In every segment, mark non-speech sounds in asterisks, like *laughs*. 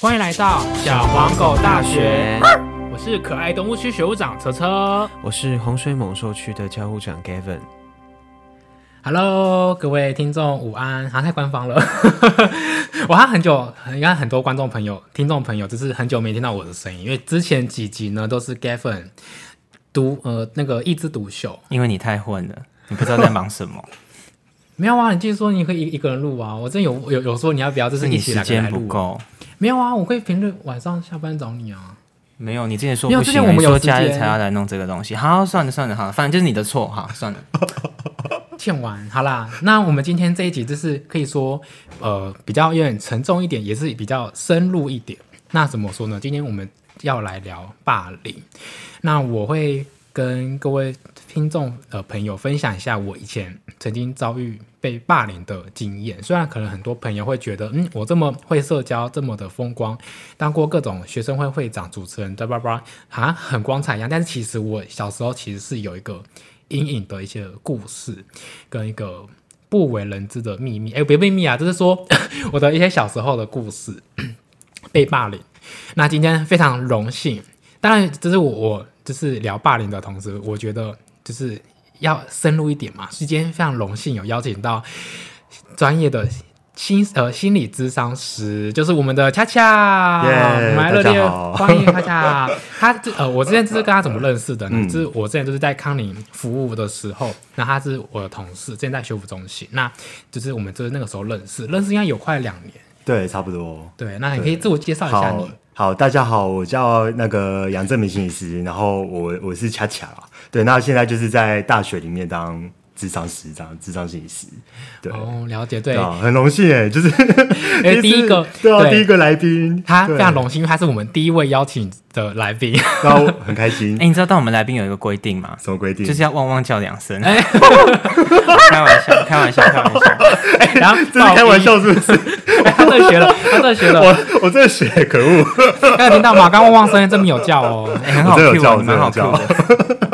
欢迎来到小黄狗大学，我是可爱动物区学务长车车。我是洪水猛兽区的教务长 Gavin。 Hello，各位听众午安，啊，太官方了。 *laughs* 我还很久，应该很多观众朋友、听众朋友，就是很久没听到我的声音，因为之前几集呢都是 Gavin 独呃那个一枝独秀。因为你太混了，你不知道在忙什么，没有啊，你继续说，你可以一一个人录啊。我真有有有说你要不要， *laughs* 就是是一你起时来间来不录。够。没有啊，我可以平日晚上下班找你啊。没有，你之前说没有不之行前啊，我你们有说时假日间才要来弄这个东西。好，算了算了，好，反正就是你的错，好，算了。欠完，好啦，那我们今天这一集就是可以说，呃，比较有点沉重一点，也是比较深入一点。那怎么说呢？今天我们要来聊霸凌，那我会跟各位听众呃朋友分享一下我以前曾经遭遇被霸凌的经验。虽然可能很多朋友会觉得，嗯，我这么会社交，这么的风光，当过各种学生会会长、主持人，叭叭叭，好像很光彩一样。但是其实我小时候其实是有一个隐隐的一些故事，跟一个不为人知的秘密。哎，别秘密啊，就是说 *laughs* 我的一些小时候的故事被霸凌。那今天非常荣幸，当然这是我我就是聊霸凌的同时，我觉得就是要深入一点嘛。所以今天非常荣幸有邀请到专业的。心呃心理咨商师就是我们的恰恰耶我们来热大烈家好欢迎恰 *laughs* 恰。他这呃，我之前就是跟他怎么认识的呢？嗯就是我之前就是在康宁服务的时候，那他是我的同事，之前在修复中心，那就是我们就是那个时候认识，认识应该有快两年。对，差不多。对，那你可以自我介绍一下好你。好，大家好，我叫那个杨正明心理师，然后我我是恰恰啦。对，那现在就是在大学里面当智商师，这样智商心理师。对，哦，了解，对，啊，很荣幸哎，就是为 *laughs* 第第一个对啊，对第一个来宾，他非对常荣幸，因为他是我们第一位邀请的来 *laughs* 宾。然后很开心哎、。嗯你知道当我们来宾有一个规定吗？什么规定？就是要汪汪叫两 *laughs* 声。哎开玩笑，开玩笑，开玩笑。哎然后这是开报玩笑是 *laughs* 不是？名，他这学了，他这学 *laughs* 了，我我真的学，可恶！大家有听到吗？刚刚汪汪声音真没有叫哦，哎、很好我真的有 Q，叫啊我你蛮好 Q 真的有 *laughs* 的。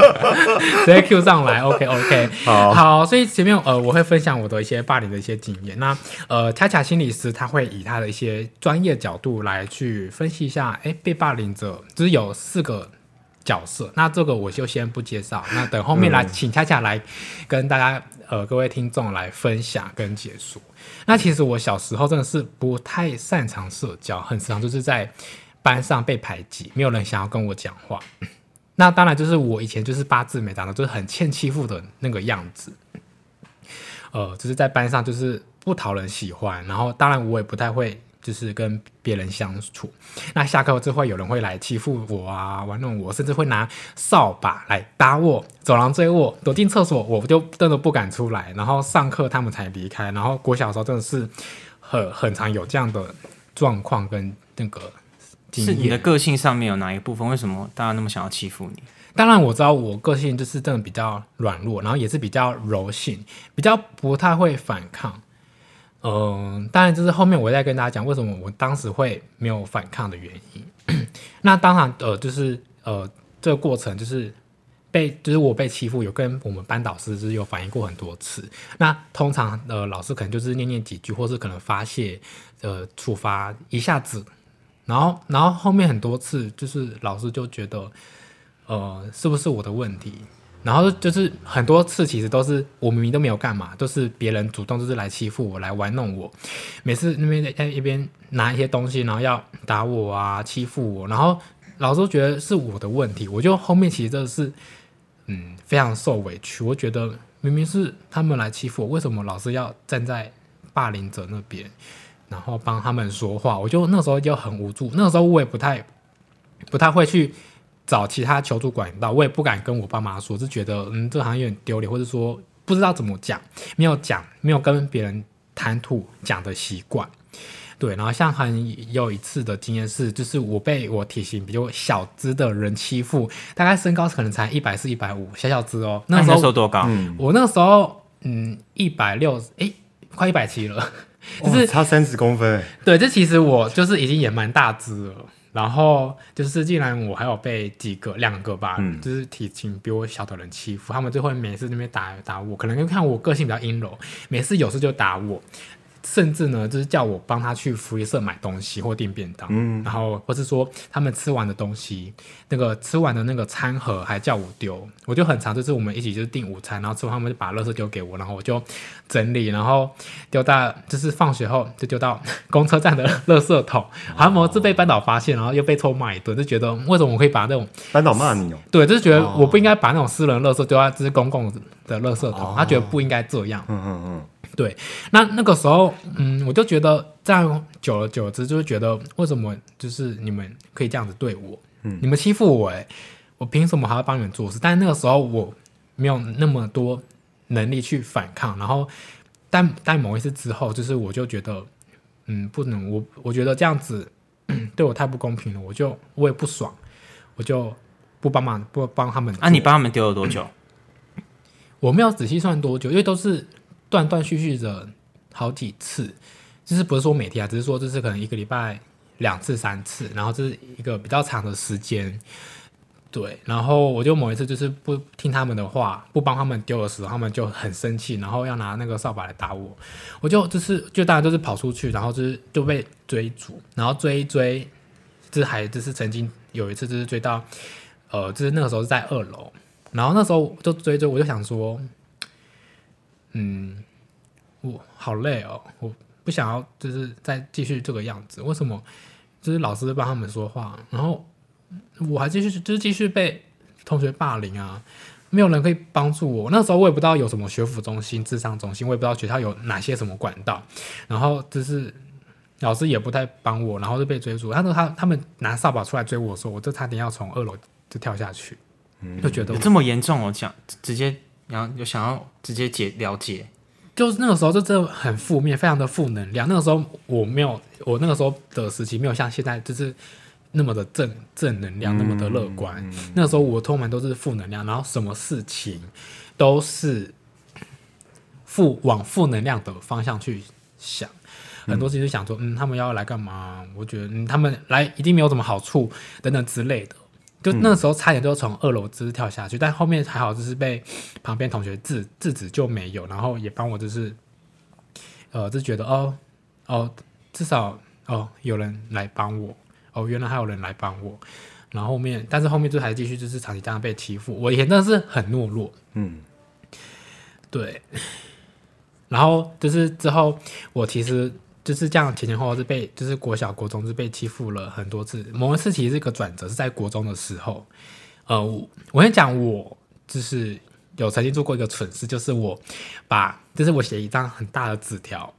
直接 Q 上来，OK OK，好所以前面呃我会分享我的一些霸凌的一些经验，那呃恰恰心理师他会以他的一些专业角度来去分析一下，哎被霸凌者就是有四个。角色，那这个我就先不介绍，那等后面来请恰恰来跟大家呃各位听众来分享跟解说。那其实我小时候真的是不太擅长社交，很常就是在班上被排挤，没有人想要跟我讲话。那当然就是我以前就是八字没长的，就是很欠欺负的那个样子。呃，就是在班上就是不讨人喜欢，然后当然我也不太会就是跟别人相处。那下课之后有人会来欺负我啊，玩弄我，甚至会拿扫把来打我，走廊追我，躲进厕所，我就真的不敢出来。然后上课他们才离开。然后国小的时候真的是很很常有这样的状况跟那个经是你验的。个性上面有哪一部分？为什么大家那么想要欺负你？当然我知道我个性就是真的比较软弱，然后也是比较柔性，比较不太会反抗。嗯、当然就是后面我再跟大家讲为什么我当时会没有反抗的原因。 *clears throat* 那当然呃，就是呃这个过程就是被就是我被欺负，有跟我们班导师就是有反映过很多次。那通常呃老师可能就是念念几句，或是可能发泄呃处罚一下子，然后然后后面很多次就是老师就觉得。呃，是不是我的问题？然后就是很多次其实都是我明明都没有干嘛，都是别人主动就是来欺负我，来玩弄我。每次那边在一边拿一些东西，然后要打我啊，欺负我，然后老师都觉得是我的问题，我就后面其实真的是嗯非常受委屈，我觉得明明是他们来欺负我，为什么老师要站在霸凌者那边，然后帮他们说话？我就那时候就很无助，那时候我也不太不太会去找其他求助管道，我也不敢跟我爸妈说，就觉得嗯，这好像有点丢脸，或者说不知道怎么讲，没有讲，没有跟别人谈吐讲的习惯。对，然后像很有一次的经验是，就是我被我体型比较小只的人欺负，大概身高可能才一百四、一百五，小小只哦。那那啊你时那候时候多高？我那个时候，嗯，一百六，哎，快一百七了。 *laughs* 就哇是差三十公分欸，对，这其实我就是已经也蛮大只了，然后就是竟然我还有被几个两个吧，就是体型比我小的人欺负，他们就会每次那边打打我，可能因为看我个性比较阴柔，每次有事就打我。甚至呢，就是叫我帮他去福利社买东西或订便当，然后或是说他们吃完的东西，那个吃完的那个餐盒还叫我丢，我就很常就是我们一起就是订午餐，然后吃完他们就把垃圾丢给我，然后我就整理，然后丢到就是放学后就丢到 *laughs* 公车站的垃圾桶，好像某次被班导发现，然后又被臭骂一顿，就觉得为什么我可以把那种班导骂你哦、对，就是觉得我不应该把那种私人垃圾丢在就是公共的垃圾桶，他觉得不应该这样。嗯嗯嗯，对，那那个时候，嗯，我就觉得这样久而久之，就是觉得为什么就是你们可以这样子对我，嗯，你们欺负我、欸，我凭什么还要帮你们做事？但那个时候我没有那么多能力去反抗，然后但但某一次之后，就是我就觉得，嗯，不能，我我觉得这样子 *clears throat* 对我太不公平了，我就我也不爽，我就不帮忙不帮他们做。啊，你帮他们丢了多久？我没有仔细算多久，因为都是断断续续的好几次，就是不是说每天啊，只是说就是可能一个礼拜两次、三次，然后这是一个比较长的时间。对，然后我就某一次就是不听他们的话，不帮他们丢的时候，他们就很生气，然后要拿那个扫把来打我，我就就是就大家就是跑出去，然后就是就被追逐，然后追一追，这还就是曾经有一次就是追到，呃，就是那个时候是在二楼，然后那时候就追追，我就想说，嗯，我好累哦，我不想要就是再继续这个样子。为什么？就是老师在帮他们说话，然后我还继续就是继续被同学霸凌啊，没有人可以帮助我。那时候我也不知道有什么学府中心、智商中心，我也不知道学校有哪些什么管道，然后就是。老师也不太帮我，然后就被追逐。他说他他们拿扫把出来追我的时候，我就差点要从二楼就跳下去，就觉得有我这么严重哦？讲直接，然后有想要直接解了解，就是那个时候就真的很负面，非常的负能量。那个时候我没有，我那个时候的时期没有像现在就是那么的正正能量，那么的乐观。那时候我充满都是负能量，然后什么事情都是负往负能量的方向去想。很多事情就想说，嗯，他们要来干嘛？我觉得、嗯、他们来一定没有什么好处，等等之类的。就那时候差点就从二楼就是跳下去，但后面还好，就是被旁边同学制制止就没有，然后也帮我就是，呃，就觉得哦哦，至少哦有人来帮我，哦原来还有人来帮我。然后后面，但是后面就还继续就是长期这样被欺负，我以前真的是很懦弱，嗯，对。然后就是之后，我其实就是这样前前后后是被，就是国小、国中是被欺负了很多次。某一次其实是个转折，是在国中的时候。呃，我我先讲，我就是有曾经做过一个蠢事，就是我把，就是我写一张很大的纸条，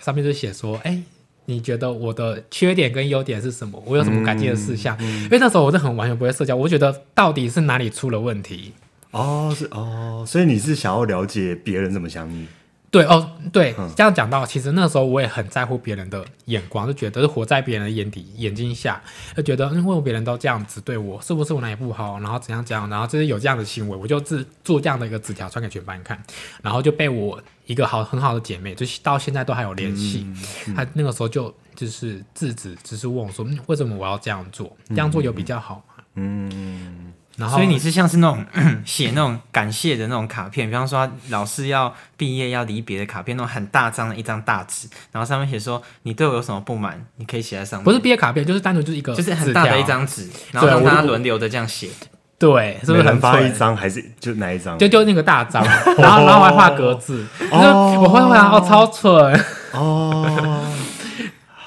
上面就写说，哎、你觉得我的缺点跟优点是什么？我有什么改进的事项？因为那时候我是很完全不会社交，我觉得到底是哪里出了问题。哦是哦，所以你是想要了解别人怎么想你，对哦，对，嗯这样讲到，其实那时候我也很在乎别人的眼光，就觉得是活在别人的眼底眼睛下，就觉得因嗯为别人都这样子对我，是不是我哪里不好，然后怎样怎样，然后就是有这样的行为，我就自做这样的一个纸条传给全班看，然后就被我一个好很好的姐妹，就是到现在都还有联嗯系，她那个时候就就是制止，只是问我说、嗯为什么我要这样做，这样做有比较好吗？嗯，然后所以你是像是那种 *clears throat* 写那种感谢的那种卡片，比方说老师要毕业要离别的卡片，那种很大张的一张大纸，然后上面写说你对我有什么不满，你可以写在上面，不是毕业卡片，就是单纯就是一个就是很大的纸条，一啊张纸，然后让大家轮流的这样写，对，是不每是人很发蠢一张还是就哪一张？就就那个大张，然后然后还画格子，就是我会画哦，超蠢。哦，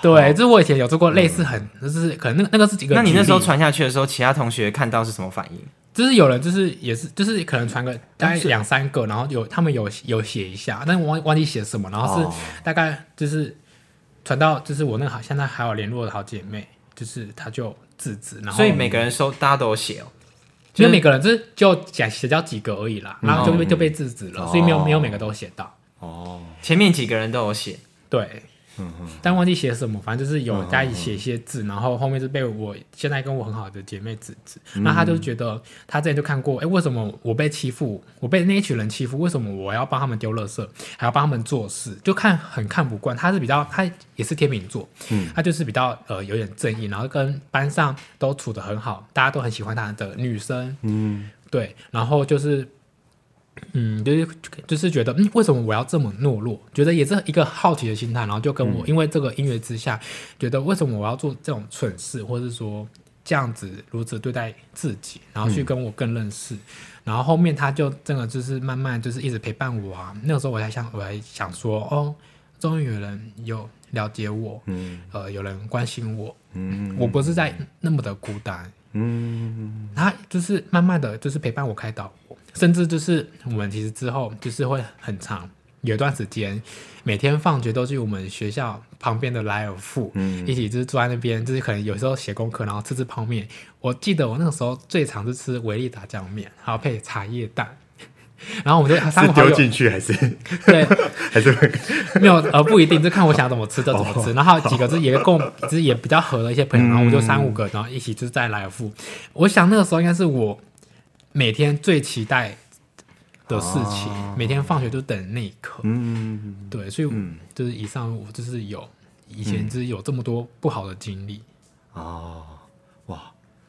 对，就是我以前有做过类似很，就是可能那个那个是几个嗯那举例，你那时候传下去的时候，其他同学看到是什么反应？就是有人就是也是就是可能传哦个大概两三个，然后有他们有有写一下，但我忘忘记写什么，然后哦是大概就是传到就是我那个好现在还有联络的好姐妹，就是她就制止，然后所以每个人收大家都有写哦，就就是嗯哦每个人就是就写写掉几个而已啦，然后就被就被制止了，所以没有没有每个都写到，哦，前面几个人都有写，对，但忘记写什么，反正就是有加以写一些字，然后后面就被我现在跟我很好的姐妹指指，那她就觉得她之前就看过，哎、为什么我被欺负，我被那一群人欺负，为什么我要帮他们丢垃圾，还要帮他们做事，就看很看不惯。她是比较，她也是天秤座，嗯，她就是比较呃有点正义，然后跟班上都处得很好，大家都很喜欢她的女生，嗯，对，然后就是嗯，就是就是觉得，嗯，为什么我要这么懦弱？觉得也是一个好奇的心态，然后就跟我、因为这个音乐之下，觉得为什么我要做这种蠢事，或是说这样子如此对待自己，然后去跟我更认识。然后后面他就真的就是慢慢就是一直陪伴我啊。那个时候我才想，我还想说，哦，终于有人有了解我，嗯呃，有人关心我，嗯我不是在那么的孤单。嗯他就是慢慢的就是陪伴我开导我，甚至就是我们其实之后就是会很长有一段时间，每天放学都去我们学校旁边的莱尔富，嗯一起就是坐在那边，就是可能有时候写功课，然后吃吃泡面。我记得我那个时候最常是吃维力炸酱面，还有配茶叶蛋。 *laughs* 然后我们就三是个好丢友进去还是 *laughs* 对 *laughs* 还是会 *laughs* 没有呃不一定，就看我想怎么吃就怎么哦吃。然后还有几个就是也共就是也比较合的一些朋友，嗯然后我就三五个，然后一起就是在莱尔富。我想那个时候应该是我每天最期待的事情，每天放学就等那一刻。哦嗯对，所以就是以上我就是有以前就是有这么多不好的经历。哦哇，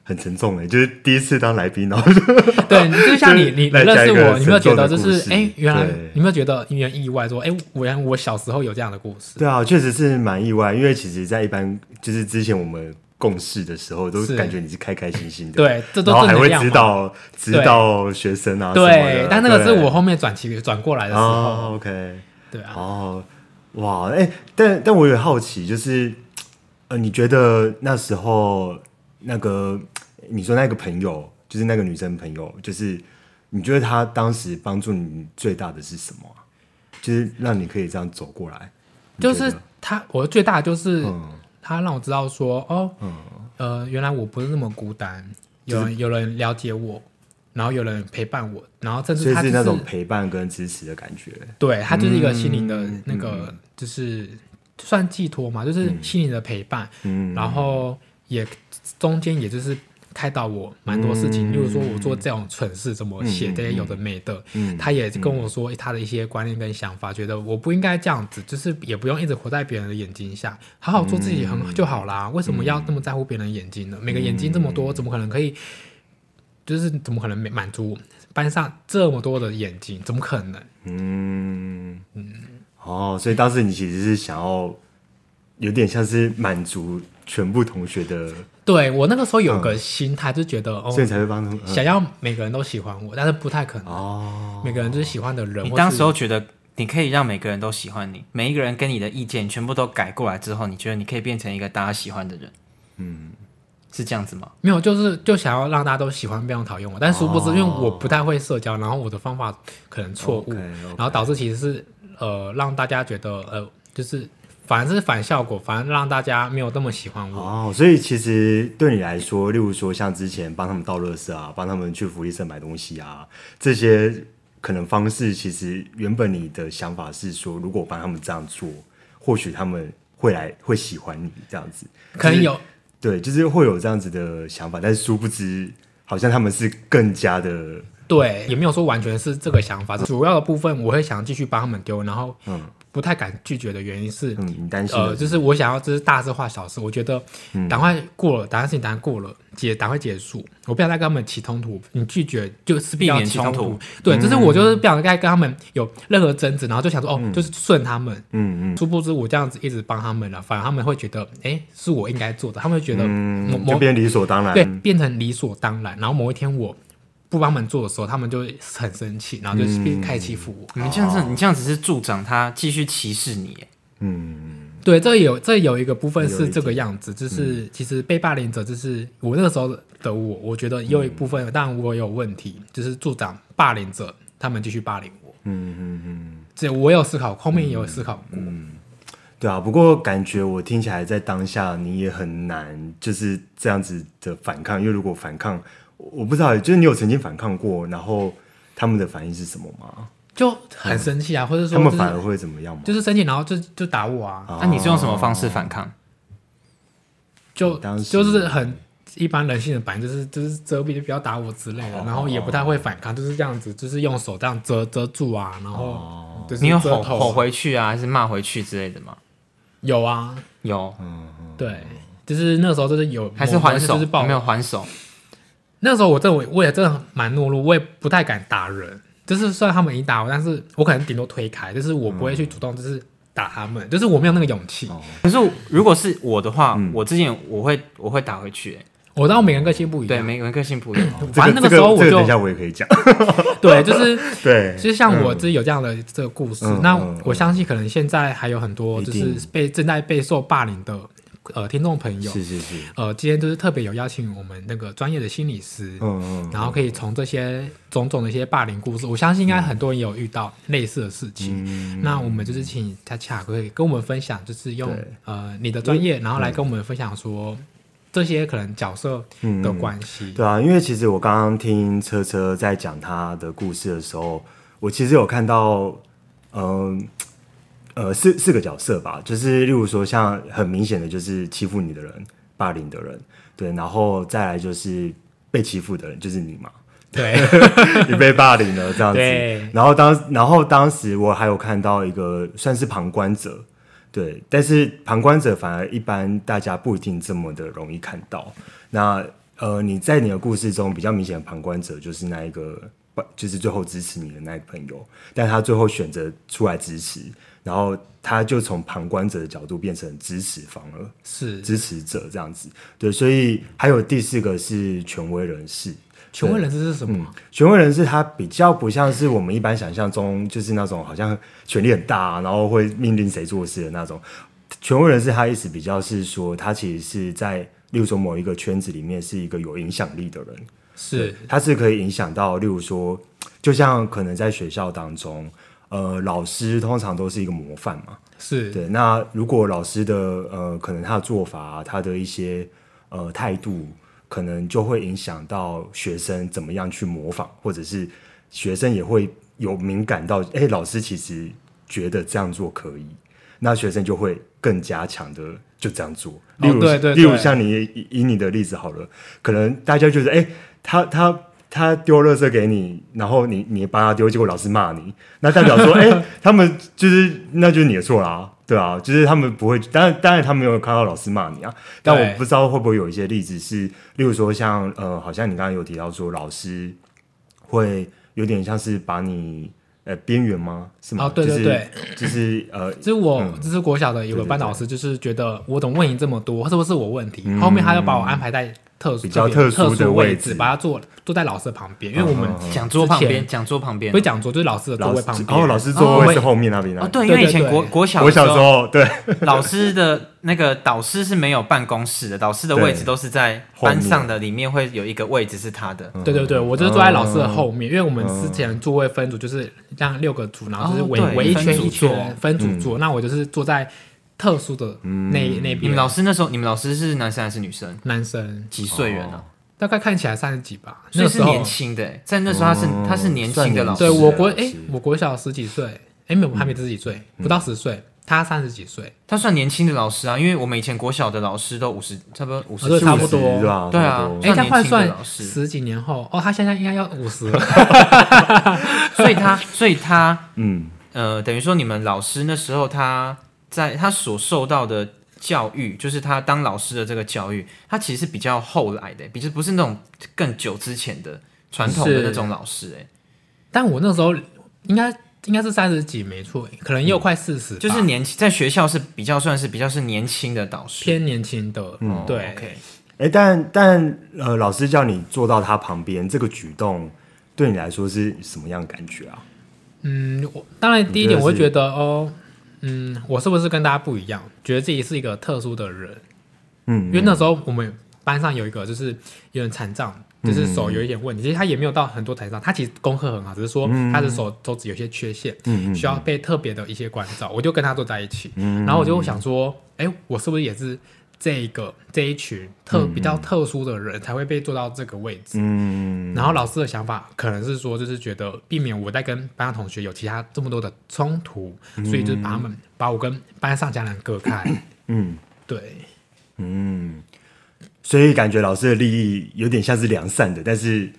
很沉重哎，就是第一次当来宾，然后就对，就像你 *laughs* 就是你你来认讲识一个我，你有没有觉得就沉重的故是事哎、原来对你有没有觉得有点意外说，哎、我原来我小时候有这样的故事。对啊，确实是蛮意外，因为其实，在一般就是之前我们共事的时候，都是感觉你是开开心心的，对这都然后还正能会量指嘛导指导学生啊，什么对的，但那个是对我后面转起转过来的时候，哦，OK，对啊。哦，哇，哎、但但我有点好奇，就是呃，你觉得那时候那个你说那个朋友，就是那个女生朋友，就是你觉得她当时帮助你最大的是什么啊、就是让你可以这样走过来，你就觉是得他，我最大的就是、嗯他让我知道说，哦，呃，原来我不是那么孤单，有人有人了解我，然后有人陪伴我，然后甚所至以他、就是是、那种陪伴跟支持的感觉。对他就是一个心灵的嗯那个，就是算寄托嘛，就是心灵的陪伴，嗯然后也中间也就是开导我蛮多事嗯情，例如说我做这种蠢事，怎么写这些有的没的，嗯他也跟我说他的一些观念跟想法，觉得我不应该这样子，就是也不用一直活在别人的眼睛下，好好做自己嗯很就好啦，为什么要那么在乎别人的眼睛呢？每个眼睛这么嗯多，怎么可能可以？就是怎么可能满满足班上这么多的眼睛？怎么可能？嗯，哦，所以当时你其实是想要有点像是满足全部同学的，对我那个时候有个心态，就觉得哦所，以才会帮他嗯们。嗯想要每个人都喜欢我，但是不太可能。哦，每个人就是喜欢的人，你或当是时候觉得你可以让每个人都喜欢你，每一个人跟你的意见全部都改过来之后，你觉得你可以变成一个大家喜欢的人，嗯，是这样子吗？没有，就是就想要让大家都喜欢，不要讨厌我。但殊不哦知，因为我不太会社交，然后我的方法可能错误 OK，OK 然后导致其实是呃让大家觉得呃就是反正是反效果，反正让大家没有那么喜欢我。哦，所以其实对你来说，例如说像之前帮他们倒垃圾啊，帮他们去福利社买东西啊，这些可能方式，其实原本你的想法是说，如果我帮他们这样做，或许他们会来会喜欢你这样子，可能有对，就是会有这样子的想法，但是殊不知，好像他们是更加的，对，也没有说完全是这个想法。主要的部分我会想继续帮他们丢，然后嗯不太敢拒绝的原因是，嗯，你担心呃，的，嗯就是我想要，就是大事化小事。我觉得赶快过了，打算事情赶快过了，结赶快结束。我不想再跟他们起冲突，你拒绝就是避免起冲冲突。对，就是嗯我就是不想再跟他们有任何争执，然后就想说，哦，就是顺他们。嗯嗯，殊不知我这样子一直帮他们了，反而他们会觉得，哎，是我应该做的，他们会觉得某嗯就某变嗯理所当然，对变成理所当然。然后某一天我不帮他们做的时候，他们就会很生气，然后就嗯开始欺负我。你这样子，你这样只是助长他继续歧视你耶，嗯，对，这有这有一个部分有是一这个样子，就是其实被霸凌者，就是我那个时候的我，我觉得也有一部分，但我有问题，就是助长霸凌者他们继续霸凌我。嗯嗯嗯，这我有思考，后面也有思考过。对啊，不过感觉我听起来在当下你也很难就是这样子的反抗，因为如果反抗，我我不知道，就是你有曾经反抗过，然后他们的反应是什么吗？就很生气啊，或者说他们就是反而会怎么样吗？就是生气，然后就就打我啊，那、你是用什么方式反抗？就当时就是很一般人性的反应，就是就是遮蔽，就不要打我之类的，然后也不太会反抗，就是这样子，就是用手这样遮遮住啊，然后就是你有遮吼头吼回去啊，还是骂回去之类的吗？有啊，有，对，就是那时候就是有还是还手？就是有抱没有还手？那时候我真的我也真的蛮懦弱，我也不太敢打人，就是虽然他们已经打我，但是我可能顶多推开，就是我不会去主动就是打他们，就是我没有那个勇气。可是如果是我的话，嗯我之前我会我会打回去、欸我知道每个人个性不一对，样，嗯每个人个性不一样。这反正那个时候这我个就等一下我也可以讲。 *laughs* 对，就是对，就是像我自己有这样的这个故事，嗯那嗯嗯我相信可能现在还有很多一就定是被正在备受霸凌的呃听众朋友，是是是，呃，今天就是特别有邀请我们那个专业的心理师，嗯嗯，然后可以从这些种种的一些霸凌故事，我相信应该很多人也有遇到类似的事情。嗯那我们就是请他恰可以跟我们分享，就是用对嗯呃你的专业，然后来跟我们分享说这些可能角色嗯的关系。对啊，因为其实我刚刚听车车在讲他的故事的时候，我其实有看到，嗯、呃，四四个角色吧，就是例如说像很明显的就是欺负你的人、霸凌的人，对，然后再来就是被欺负的人，就是你嘛，对 *laughs* 你被霸凌了这样对子。然后当然后当时我还有看到一个算是旁观者，对，但是旁观者反而一般大家不一定这么的容易看到。那呃，你在你的故事中比较明显的旁观者就是那一个，就是最后支持你的那个朋友，但他最后选择出来支持，然后他就从旁观者的角度变成支持方了。是支持者这样子，对，所以还有第四个是权威人士，权威人士是什么？权威人士他比较不像是我们一般想象中，就是那种好像权力很大、然后会命令谁做事的那种。权威人士他意思比较是说，他其实是在，例如说某一个圈子里面是一个有影响力的人，是它是可以影响到，例如说，就像可能在学校当中，呃，老师通常都是一个模范嘛，是对，那如果老师的呃，可能他的做法、他的一些呃态度，可能就会影响到学生怎么样去模仿，或者是学生也会有敏感到，哎、老师其实觉得这样做可以，那学生就会更加强的就这样做。例如，哦对对例如对像你以以你的例子好了，可能大家觉得，哎、他他。他丢垃圾给你，然后你你帮他丢，结果老师骂你，那代表 *laughs* 说，哎、他们就是那就是你的错啦，对啊，就是他们不会，当然当然他们没有看到老师骂你啊，但对我不知道会不会有一些例子是，例如说像呃，好像你刚刚有提到说老师会有点像是把你呃边缘吗？是吗？哦对对对就是就是呃这是我，这是国小的有个班导师，就是觉得我怎么问你这么多，是不是我问题？后面他就把我安排在特殊嗯比较特别特殊的殊位位置嗯把他坐坐在老师的旁边，因为我们讲桌旁之边，前讲桌旁边不。是讲桌，就是老师的座老位师旁边。哦，老师座位是哦后面那边那哦，边。对，因为以对对前国对国小我的时小时候，候哦对老师的那个导师是没有办公室的，导师的对位置都是在后面班上的，里面会有一个位置是他的。对对对，我就是坐在老师的嗯后面，因为我们之前座位分组就是让六个组，然后就是围哦对围一圈分组一圈坐分组嗯坐，那我就是坐在特殊的那那你们边。老师那时候，你们老师是男生还是女生？男生几岁人啊？大概看起来三十几吧，所那以时是候哦年轻的欸，在那时候他是他是年轻的老师对是欸，我国哎是，我国小十几岁，哎没有还没十几岁，嗯不到十岁，他三十几岁，他算年轻的老师啊，因为我们以前国小的老师都五十，差不多五十哦对出差不头多是吧？对啊差不多哎算他换年轻的算老师十几年后，哦他现在应该要五十了， *laughs* 所以他，所以他，嗯，呃，等于说你们老师那时候他在他所受到的教育，就是他当老师的这个教育，他其实是比较后来的，比较不是那种更久之前的传统的是那种老师，哎，但我那时候应该应该是三十几没错，可能也有快四十吧，就是年轻，在学校是比较算是比较是年轻的导师，偏年轻的，哦对。 ，OK，哎、但但呃，老师叫你坐到他旁边，这个举动对你来说是什么样的感觉啊？嗯，我当然第一点你我会觉觉得哦，嗯，我是不是跟大家不一样？觉得自己是一个特殊的人，因嗯，为那时候我们班上有一个就是有点残障，就是手有一点问题，其实他也没有到很多残障，他其实功课很好，只是说他的手手指有些缺陷，需要被特别的一些关照。我就跟他坐在一起，然后我就想说，哎、我是不是也是？这一个这一群特比较特殊的人才会被做到这个位置，嗯，然后老师的想法可能是说，就是觉得避免我在跟班上同学有其他这么多的冲突，所以就是把他们把我跟班上家人隔开。嗯，对，所以感觉老师的利益有点像是良善的，但是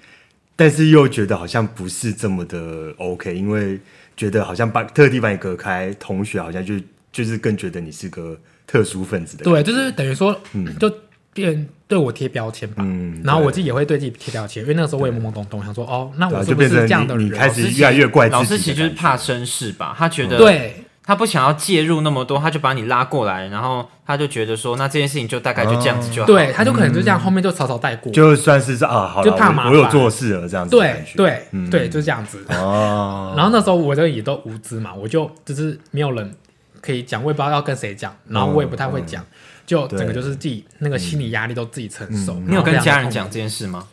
但是又觉得好像不是这么的 OK，因为觉得好像把特地把你隔开，同学好像就就是更觉得你是个特殊分子的感觉。对，就是等于说，就变对我贴标签吧。嗯然后我自对己也会对自己贴标签，因为那时候我也懵懵懂懂，想说哦，那对啊我是就不变是成这样的你人？你开始老师越来越怪自己老的师其实就是感觉怕绅士吧，他觉得对他不想要介入那么多，他就把你拉过来，然后他就觉得说，那这件事情就大概就这样子就好。对，他就可能就这样，后面就草草带过。嗯就算是是啊，好就了，怕麻我烦我有做事了这样子的对感觉，对嗯对，就这样子。哦，然后那时候我这也都无知嘛，我就就是没有人可以讲，我也不知道要跟谁讲，然后我也不太会讲，嗯就整个对就是自己那个心理压力都自己承受。嗯你有跟然后非常家人痛苦讲这件事吗？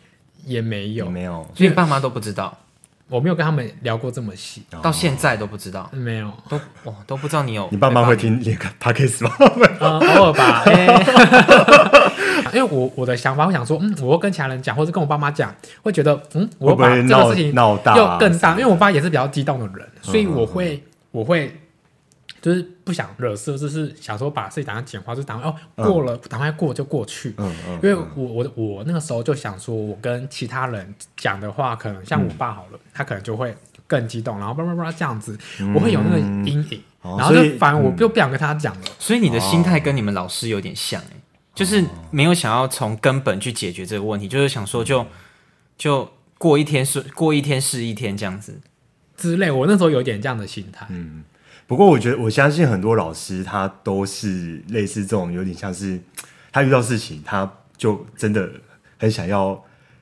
也没有，没有所以爸妈都不知道，我没有跟他们聊过这么细，到现在都不知道，没有，都哇都不知道你有。你爸妈会听你个 podcast 吗？呃，偶尔 *laughs* 吧，哎 *laughs* 因为我我的想法，我想说，嗯，我会跟其他人讲，或者跟我爸妈讲，会觉得，嗯，我会不把这会闹个事情闹大啊又更什大，嗯么嗯因为我爸也是比较激动的人，所以我会我会就是不想惹事，就是想说把事情打算简化，就打算哦过了，赶快过就过去。嗯嗯，因为我我我那个时候就想说，我跟其他人讲的话，可能像我爸好嗯了，他可能就会更激动，然后叭叭叭这样子，我会有那个阴影，哦然后就所以反而我嗯就不想跟他讲了。所以你的心态跟你们老师有点像、哦欸，就是没有想要从根本去解决这个问题，就是想嗯说就就过一天是过一天是一天这样子。之类，我那时候有点这样的心态。嗯不过我觉得我相信很多老师他都是类似这种，有点像是他遇到事情，他就真的很想要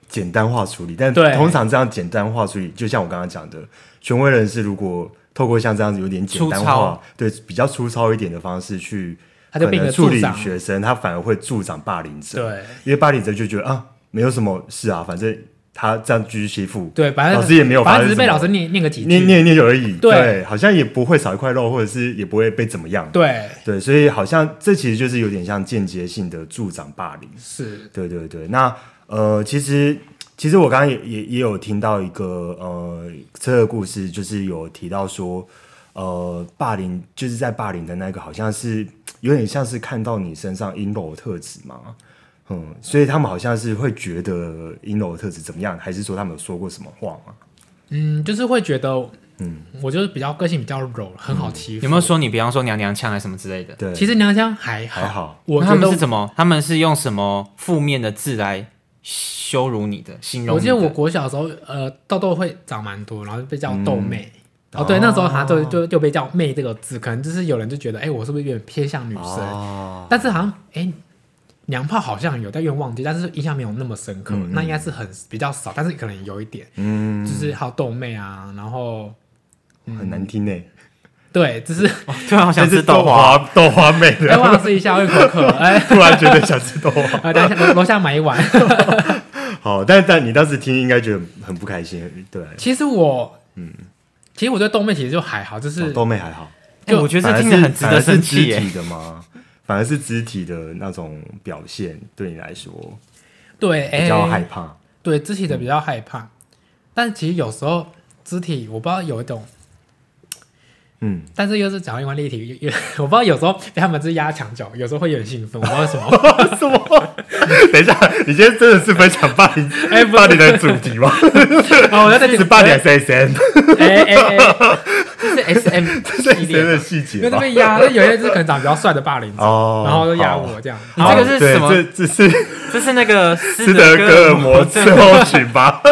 简单化处理，但对通常这样简单化处理，就像我刚刚讲的，权威人士如果透过像这样子有点简单粗糙化，对比较粗糙一点的方式去，他就变可能成助处理长学生，他反而会助长霸凌者。对因为霸凌者就觉得啊，没有什么事啊，反正他这样继续欺负，对，反正老师也没有发反正生只是被什么老师念念个几句。念念念而已，对好像也不会少一块肉，或者是也不会被怎么样，对，对，所以好像这其实就是有点像间接性的助长霸凌，是对对对。那呃，其实其实我刚刚也也也有听到一个呃这个故事，就是有提到说，呃，霸凌就是在霸凌的那个好像是有点像是看到你身上阴柔的特质嘛。嗯，所以他们好像是会觉得阴柔的特质怎么样，还是说他们有说过什么话吗？嗯，就是会觉得，嗯，我就是比较个性比较柔，很好欺负。嗯有没有？说你，比方说娘娘腔啊什么之类的？对，其实娘腔还好，还好我那觉他们得是怎么？他们是用什么负面的字来羞辱你的、形容我你记的？得我国小的时候，呃，痘痘会长蛮多，然后被叫痘妹。嗯哦，对，那时候好像就就就被叫“妹”这个字，可能就是有人就觉得，哎、我是不是有点偏向女生？哦但是好像，哎、娘炮好像有，但有点忘记，但是印象没有那么深刻。嗯嗯那应该是很比较少，但是可能有一点，嗯，就是还有豆妹啊，然后很难听呢、对，就是 *laughs* 哦突然好嗯想这吃是豆豆花，花豆花妹哎、 *laughs* 我的，想吃一下，我有口渴，哎、突然觉得想吃豆花。呃，等一下楼楼下买一碗。好，但但你当时听应该觉得很不开心，对，其实我，嗯，其实我对豆妹其实就还好，就是、哦豆妹还好，哎、就我觉得反这而听着是很值反得而是生肢气耶。体的吗？反而是肢体的那种表现，对你来说对，哎、比较害怕。嗯对肢体的比较害怕，但其实有时候肢体我不知道有一种，嗯，但是又 *laughs* 是讲另外立体，有有我不知道有时候被他们是压墙角，有时候会有点兴奋，我不知道为什 *laughs* 么。什么？等一下，你今天真的是分享霸凌哎霸凌的主题 *laughs* 吗？哦，我在这里是霸凌还是 SM？哎哎哎，这是 S *laughs* M 这是系 SM 列的嘛，细因为节这吧？边压，那有些就是可能长得比较帅的霸凌者，哦然后就压好我这样。你然后这个是对什么这这是这是那个斯斯德哥哥尔摩症症候群吧？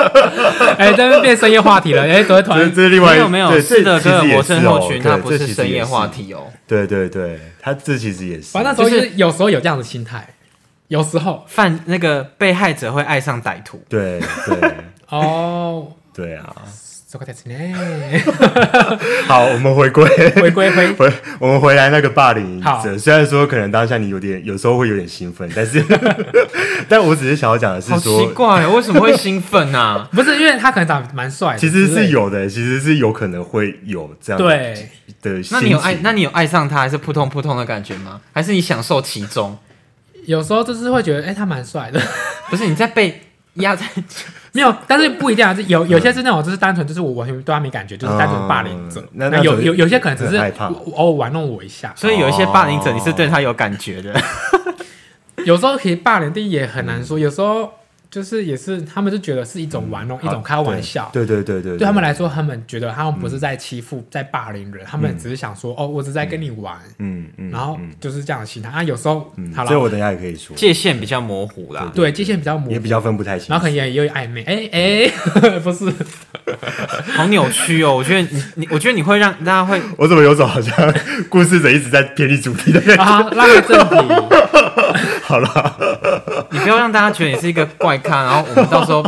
哎，这边变深夜话题了，哎，昨天突 *laughs* 这然这是另外没一有没有，对斯德这哥尔其摩实也是症哦候群，它对不这是其实深也夜话是题哦。对对对，他这其实也是反正那时候就就是是有时候有这样的心态，有时候犯那个被害者会爱上歹徒，对对哦， *laughs* 对啊。这个太深呢， *laughs* 好，我们回归回归回回我们回来那个霸凌好者，虽然说可能当下你有点有时候会有点兴奋，但是但我只是想要讲的是好奇说，怪，哦 *laughs* 为什么会兴奋啊？不是因为他可能长得蛮帅的之其类实的，是有的，其实是有可能会有这样的对，的心情。那你有爱，那你有爱上他，还是扑通扑通的感觉吗？还是你享受其中？有时候就是会觉得哎他蛮帅的， *laughs* 不是你在被压 *laughs* 在，，没有，但是不一定啊，是嗯有有些是那种就是单纯就是我完全对他没感觉，就是单纯霸凌者嗯，那那有种有有些可能只是很害怕我偶尔玩弄我一下所以有一哦些霸凌者，你是对他有感觉的。有时候其实霸凌定也很难说，有时候就是也是他们就觉得是一种玩弄，一种开玩笑。嗯啊对对对对对对他们来说，他们觉得他们不是在欺负、在霸凌人，他们只是想说，哦，我只是在跟你玩，嗯嗯，然后就是这样的心态。啊，有时候，嗯好这我了，等一下也可以说，界限比较模糊啦。对界限比较模也糊比，较分不太清。然后可能也有暧昧，哎哎， *laughs* 不 *laughs* 是，好扭曲哦！我觉得你你，我觉得你会让大家会 *laughs* 我怎么有种好像故事者一直在偏离主题 *laughs* 的感觉？啊，拉回正题，好了，你不要让大家觉得你是一个怪咖，然后我们到时候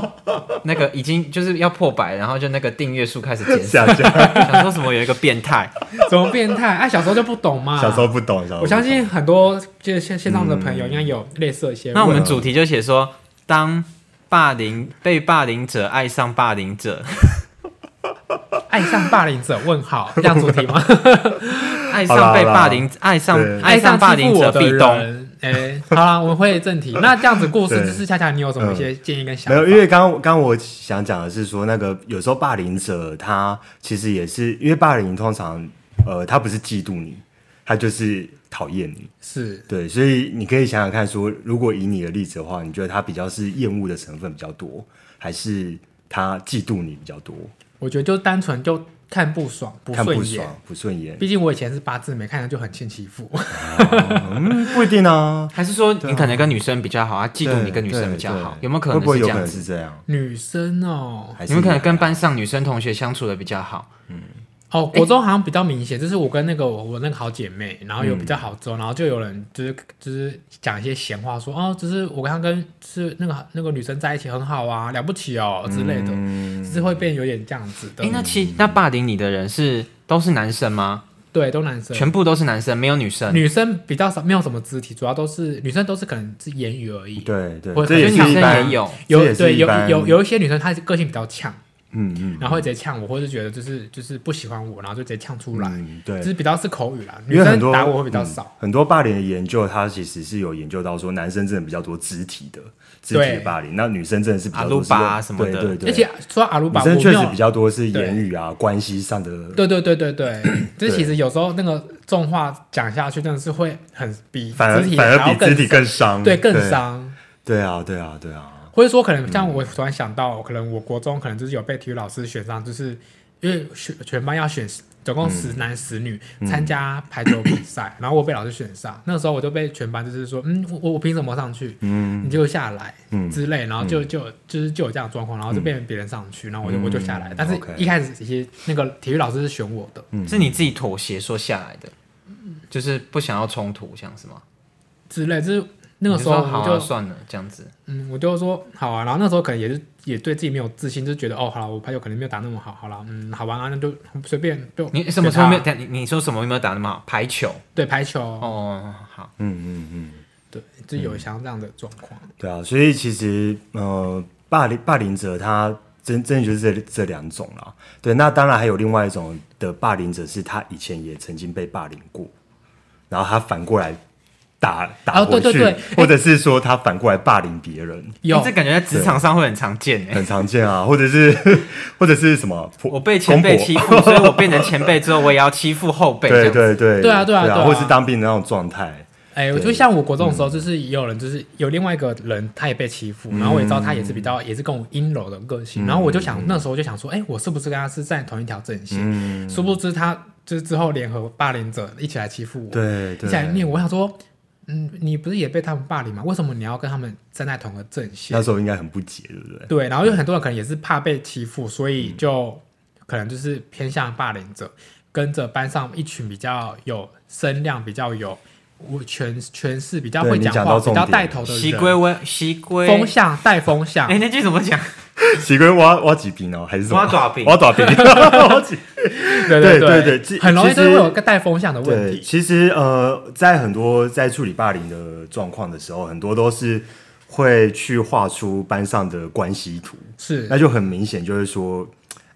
那个已经就是要破百，然后就那个订阅数开始减少，*laughs* 下架。想说什么有一个变态，怎么变态？哎，小时候就不懂嘛，小时候不懂，小时候不懂我相信很多就是线线上的朋友应该有类似的一些问那题。我们主题就写说，当霸凌被霸凌者爱上霸凌者，爱上霸凌者？问号，这样主题吗？爱上被霸凌，爱上对爱上霸欺凌负者我的壁咚。人。哎，好啦，我们会正题。那这样子故事就是恰恰你有什么一些建议跟想没法？有，因为刚刚刚我想讲的是说，那个有时候霸凌者他其实也是因为霸凌通常呃他不是嫉妒你，他就是讨厌你。是对，所以你可以想想看说如果以你的例子的话，你觉得他比较是厌恶的成分比较多，还是他嫉妒你比较多？我觉得就单纯就看不爽不看不顺眼。爽不顺眼，毕竟我以前是八字眉，看着就很欠欺负。嗯，不一定啊。还是说你可能跟女生比较好，他啊嫉妒对你跟女生比较对好，对有没有可会能不会是这有可样能子？是这样？女生哦，还是你们可能跟班上女生同学相处的比较好，哦，国中好像比较明显，就是我跟那个我我那个好姐妹，然后有比嗯较好之后，然后就有人就是就是讲一些闲话说，哦，就是我刚刚跟是那个那个女生在一起很好啊，了不起哦之类的，嗯是会变有点这样子的。哎，那其那霸凌你的人是都是男生吗？对，都男生，全部都是男生，没有女生。女生比较少，没有什么肢体，主要都是女生都是可能是言语而已。对对，我这也我觉得是女一生般也有这有也是对一有般有有一些女生她个性比较呛，嗯嗯然后会直接呛我，或是觉得就是就是不喜欢我，然后就直接呛出来，嗯对就，是比较是口语啦。因女为很生多打我会比较嗯少。很多霸凌的研究，它其实是有研究到说，男生真的比较多肢体的肢体的对霸凌，那女生真的是比较阿多鲁是肉巴什么的嗯对对对，而且说到阿鲁女巴，我生没确实有比较多是言语啊、关系上的。对对对对 *clears throat* 对，就是其实有时候那个重话讲下去，真的是会很比反而肢体反还而要比肢体更伤，对更。伤，对啊，对啊，对啊，或者说可能像我突然想到，可能我国中可能就是有被体育老师选上，就是因为选全班要选总共十嗯男十女参加排球比赛，然后我被老师选上，那时候我就被全班就是说，嗯，我我凭什么上去？嗯，你就下来，嗯嗯之类，然后就就就是就有这样的状况，然后就变成别人上去，然后我就我就下来，但是 OK 一开始其实那个体育老师是选我的。嗯是你自己妥协说下来的，就是不想要冲突，这样是吗？之类，就是那个时候你我就说好、啊、就算了这样子，嗯，我就说好啊，然后那时候可能也是也对自己没有自信，就觉得哦，好了，我排球可能没有打那么好，好了，嗯，好玩啊，那就随便就你什么时候没有？给他等下你你说什么有没有打那么好？排球对排球，哦，嗯好，嗯嗯嗯，对，就有像这样的状况，对啊，所以其实呃，霸凌霸凌者他真真的就是这这两种啦。对，那当然还有另外一种的霸凌者，是他以前也曾经被霸凌过，然后他反过来打打哦回对去，对对或者是说他反过来霸凌别人，有欸这感觉在职场上会很常见哎。很常见啊，或者是 *laughs* 或者是什么婆，我被前辈公婆欺 *laughs* 负，所以我变成前辈之后，我也要欺负后辈。这对样子对对，对啊对啊对啊或是当兵的那种状态，哎，我就像我国中的嗯时候，就是也有人，就是有另外一个人，他也被欺负，然后我也知道他也是比较，也是跟我阴柔的个嗯性，然后我就想那时候就想说，哎，我是不是跟他是在同一条阵嗯线？殊不知他就是之后联合霸凌者一起来欺负我，对一对，起来念我，我想说，嗯，你不是也被他们霸凌吗？为什么你要跟他们站在同个阵线那？时候应该很不解，对不对？ *laughs* 对，然后有很多人可能也是怕被欺负，所以嗯就可能就是偏向霸凌者，跟着班上一群比较有声量、比较有我权权势、比较对会你讲讲话、到比重较点带头的西人，归温，西归风向带风向哎、，那句怎么讲？奇怪，挖挖几瓶哦，还是什么？挖大饼 *laughs* 挖大饼，挖几对对对对对其很容易其就实会有个带风向的问对，题。其实呃，在很多在处理霸凌的状况的时候，很多都是会去画出班上的关系图，是那就很明显就是说，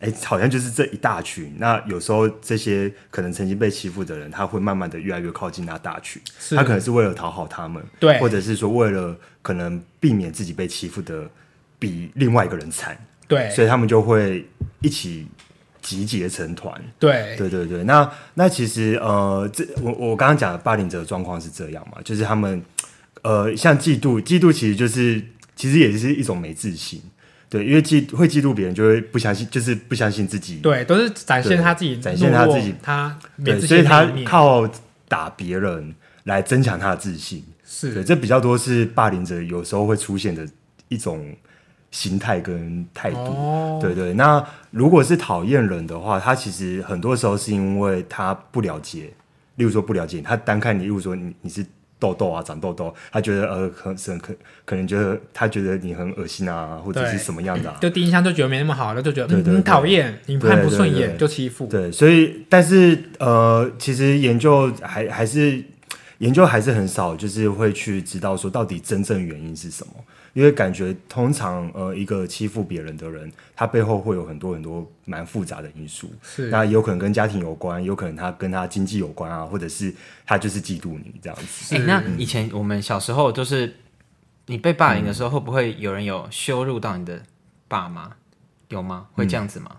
哎，好像就是这一大群。那有时候这些可能曾经被欺负的人，他会慢慢的越来越靠近那大群，是他可能是为了讨好他们，对或者是说为了可能避免自己被欺负的比另外一个人惨，对所以他们就会一起集结成团。对对对对，那那其实呃，这我我刚刚讲的霸凌者的状况是这样嘛，就是他们呃，像嫉妒，嫉妒其实就是其实也是一种没自信。对，因为记会嫉妒别人，就会不相信，就是不相信自己。对，都是展现对他自己展现他懦弱自己他没对，自所以信他的一面靠打别人来增强他的自信。对，是这比较多是霸凌者有时候会出现的一种心态跟态度。哦对对，那如果是讨厌人的话，他其实很多时候是因为他不了解，例如说不了解你他单看你，例如说你你是痘痘啊，长痘痘，他觉得呃可可可可能觉得他觉得你很恶心啊，或者对是什么样的、啊。就第一印象就觉得没那么好，然后就觉得对嗯对很对讨厌，你看不对对顺眼对就欺负，对，所以但是呃，其实研究还还是研究还是很少，就是会去知道说到底真正原因是什么，因为感觉通常呃一个欺负别人的人，他背后会有很多很多蛮复杂的因素，是那有可能跟家庭有关，有可能他跟他经济有关啊，或者是他就是嫉妒你这样 *laughs* 子。哎、那以前我们小时候就是你被霸凌的嗯时候，会不会有人有羞辱到你的爸妈？有吗？会嗯这样子吗？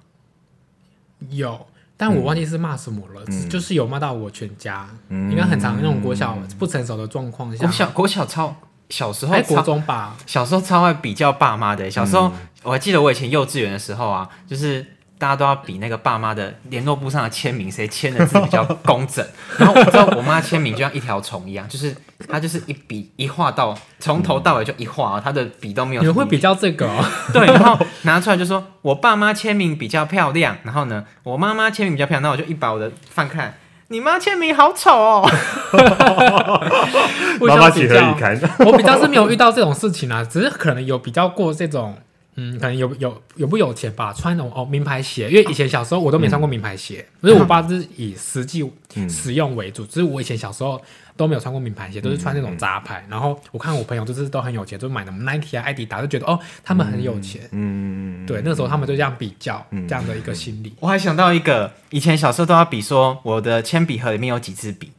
有，但我忘记是骂什么了，嗯只就是有骂到我全家，应该很常那种国小不成熟的状况下国，小国小超小时候还嗯超哎国中吧，小时候超爱比较爸妈的欸、小时候、嗯我还记得我以前幼稚园的时候啊，就是大家都要比那个爸妈的联络簿上的签名，谁签的字比较工 *laughs* 整。然后我知道我妈签名就像一条虫一样，就是她就是一笔一画到从头到尾就一画、啊，她的笔都 *laughs* 没有。你们会比较这个 *laughs* 哦、对，然后拿出来就说我爸妈签名比较漂亮，然后呢我妈妈签名比较漂亮，那我就一把我的翻开来。你妈签名好丑哦！互妈妈相比情何较以。堪？ *laughs* 我比较是没有遇到这种事情啊，只是可能有比较过这种，嗯，可能有有有不有钱吧，穿那种哦名牌鞋，因为以前小时候我都没穿过名牌鞋，因为我爸是以实际嗯使用为主，只是我以前小时候都没有穿过名牌鞋，都是穿那嗯种杂牌。然后我看我朋友就是都很有钱，就买什么 Nike 啊、艾迪达，就觉得哦他们很有钱，嗯，对，那个时候他们就这样比较这样的一个心 *laughs* *laughs* 理。我还想到一个，以前小时候都要比说我的铅笔盒里面有几支笔，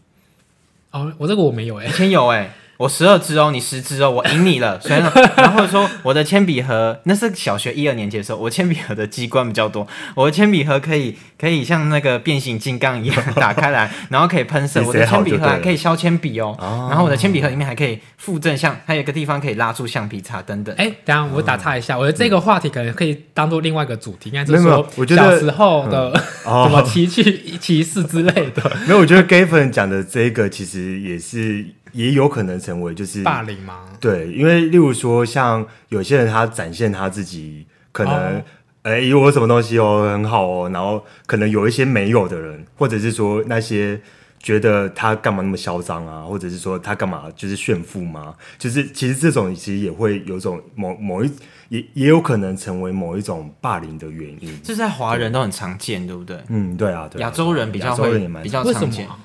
哦，我这个我没有哎以、前有哎、我十二支哦，你十支哦，我赢你 *laughs* 了。所以呢，然后说我的铅笔盒，那是小学一二年级的时候，我铅笔盒的机关比较多，我的铅笔盒可以可以像那个变形金刚一样打开 *laughs* 来，然后可以喷射。比我的谁好铅笔盒就对还了可以削铅笔哦，然后我的铅笔盒里面还可以附赠像，还有一个地方可以拉住橡皮擦等等。哎、等一下我打岔一下，我觉得这个话题可能可以当做另外一个主题，应该是没有没有说我觉得小时候的、哦什么歧视、歧视之类 *laughs* 的 *laughs* 没有，我觉得 gay 粉讲的这个其实也是也有可能成为就是霸凌吗？对，因为例如说，像有些人他展现他自己，可能哦哎、有我什么东西哦，很好哦，然后可能有一些没有的人，或者是说那些觉得他干嘛那么嚣张啊，或者是说他干嘛就是炫富嘛，就是其实这种其实也会有种某某一也也有可能成为某一种霸凌的原因。这在华人都很常见，对不对？嗯，对啊，对啊亚洲人比较亚洲会人也蛮比较为什常么见啊？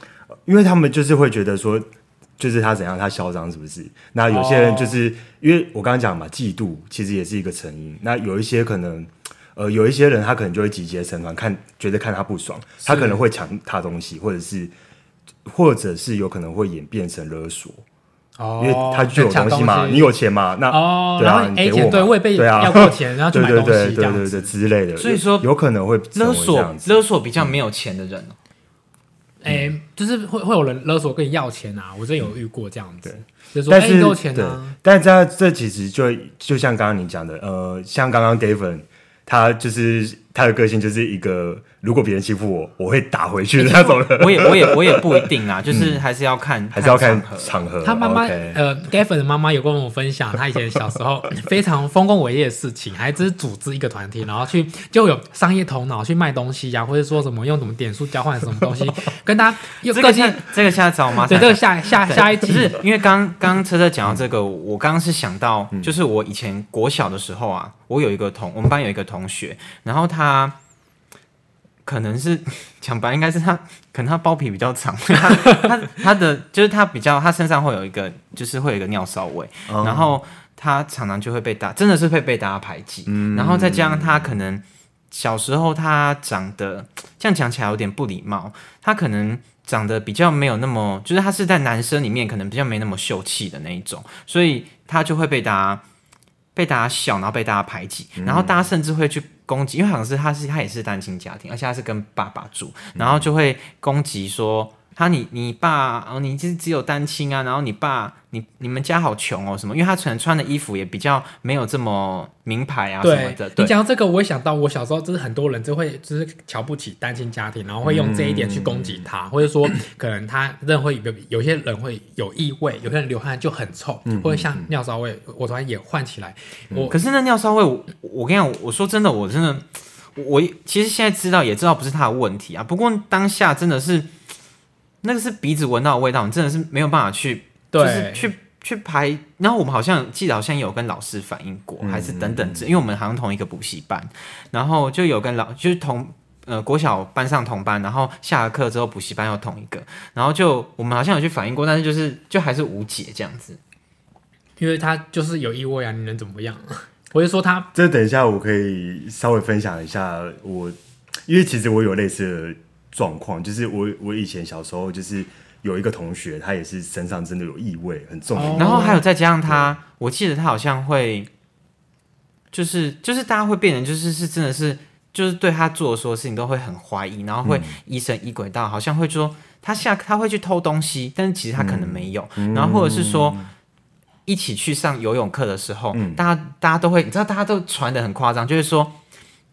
因为他们就是会觉得说，就是他怎样，他嚣张是不是？那有些人就是、因为我刚刚讲嘛，嫉妒其实也是一个成因。那有一些可能，呃，有一些人他可能就会集结成团，看觉得看他不爽，他可能会抢他东西，或者是。或者是有可能会演变成勒索，哦因为他就有东西嘛，你有钱嘛，那、哦，对然啊，后你 A 给钱我对，嘛我也被对啊，要过钱，然后去买对对东对西这对样对子对。之类的，所以说有可能会成勒为这索样，子勒索比较没有钱的人哦、哎，就是会会有人勒索跟你要钱啊，我真有遇过这样子，就说但哎是你有钱对啊，，但这这其实就就像刚刚你讲的，呃，像刚刚 Gavin，他就是他的个性就是一个，如果别人欺负我，我会打回去的那种人，我也我也我也不一定啊，就是还是要看、 *laughs* 嗯还是要看场合场合。他妈妈哦 OK 呃 g a v i n 的妈妈有跟我分享，她以前小时 *laughs* 候非常丰功伟业的事情，还只是组织一个团体，然后去就有商业头脑去卖东西啊呀、或者说什么用什么点数交换什么东 *laughs* 西，跟他又这个个下性这个下次找我妈啊对上。这个下下对下一嗯集不是因为刚刚刚车车讲到这个，我刚刚是想到，嗯就是我以前国小的时候啊，我有一个同我们班有一个同学，然后他可能是 *laughs* 讲白，应该是他可能他包皮比较长， *laughs* 他他他的就是他比较他身上会有一个就是会有一个尿骚味，哦然后他常常就会被打，真的是会被大家排挤，嗯然后再加上他可能小时候他长得这样讲起来有点不礼貌，他可能长得比较没有那么，就是他是在男生里面可能比较没那么秀气的那一种，所以他就会被大家被大家笑，然后被大家排挤，然后大家甚至会去攻击，因为好像是他是他也是单亲家庭，而且他是跟爸爸住，然后就会攻击说。他你你爸哦，你就是只有单亲啊，然后你爸你你们家好穷哦什么，因为他可能穿的衣服也比较没有这么名牌啊什么对的，你对讲到这个，我也想到我小时候，就是很多人就会就是瞧不起单亲家庭，然后会用这一点去攻击他，嗯或者说可能他认为有有些人会有异味，有些人流汗就很臭，嗯或者像尿骚味，我突然也换起来，我可是那尿骚味，我我跟你讲，我说真的，我真的，我我其实现在知道也知道不是他的问题啊。不过当下真的是，那个是鼻子闻到的味道，你真的是没有办法去，对就是去去排。然后我们好像记得好像有跟老师反映过，还是等等之，因为我们好像同一个补习班，然后就有跟老就是同。呃，国小班上同班，然后下了课之后补习班又同一个，然后就我们好像有去反映过，但是就是就还是无解这样子。因为他就是有异味啊，你能怎么样？ *laughs* 我就说他这等一下我可以稍微分享一下我，因为其实我有类似的状况，就是我我以前小时候就是有一个同学，他也是身上真的有异味，很重的异味。哦然后还有再加上他，我记得他好像会，就是就是大家会变成就是是真的是就是对他做的所有事情都会很怀疑，然后会疑神疑鬼到，好像会说他下他会去偷东西，但是其实他可能没有，然后或者是说。一起去上游泳课的时候，大家大家都会，你知道，大家都传的很夸张，就是说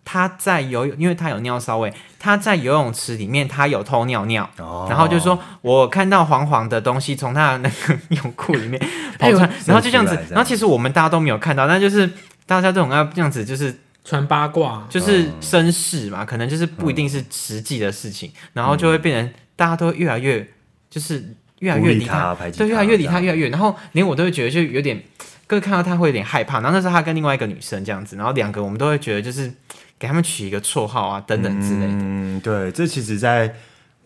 他在游泳，因为他有尿骚味，他在游泳池里面他有偷尿尿，哦然后就说我看到黄黄的东西从他的那个泳裤里 *laughs* 面跑哎出来，然后就这样子伸出来，这样然后其实我们大家都没有看到，但就是大家都很爱这样子，就是传八卦，啊嗯就是绅士嘛，可能就是不一定是实际的事情，嗯然后就会变成大家都会越来越就是越来孤越立离他排挤对，越他来越离这他样越来越，然后连我都会觉得就有点，各位看到他会有点害怕。然后那时候他跟另外一个女生这样子，然后两个我们都会觉得就是给他们取一个绰号啊等等之类的。嗯，对，这其实，在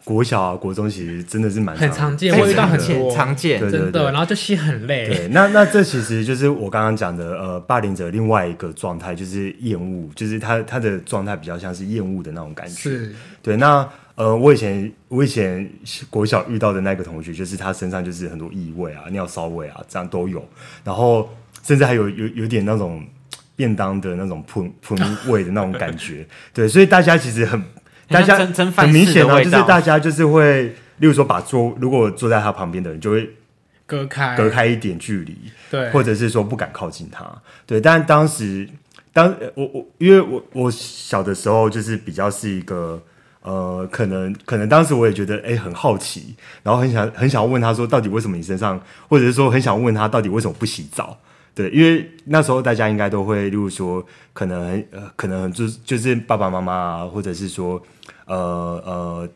国小啊、国中其实真的是蛮很常常见，哎我遇到很常见多，常见对真的，然后就吸很累， *laughs* 对，那那这其实就是我刚刚讲的，呃，霸凌者另外一个状态就是厌恶，就是他他的状态比较像是厌恶的那种感觉。是对，那呃，我以前我以前国小遇到的那个同学，就是他身上就是很多异味啊、尿骚味啊，这样都有，然后甚至还有有有点那种便当的那种喷喷 *laughs* 味的那种感觉。对，所以大家其实很，大很像家蒸蒸饭很明式的显啊，味就是道大家就是会，例如说把坐，如果坐在他旁边的人就会隔开，隔，开一点距离。对，或者是说不敢靠近他。对，但当时当呃我我因为我我小的时候就是比较是一个呃，可能可能当时我也觉得哎、诶很好奇，然后很想很想问他说到底为什么你身上，或者是说很想问他到底为什么不洗澡。对，因为那时候大家应该都会，例如说，可能很呃，可能就是就是爸爸妈妈啊，或者是说，呃呃，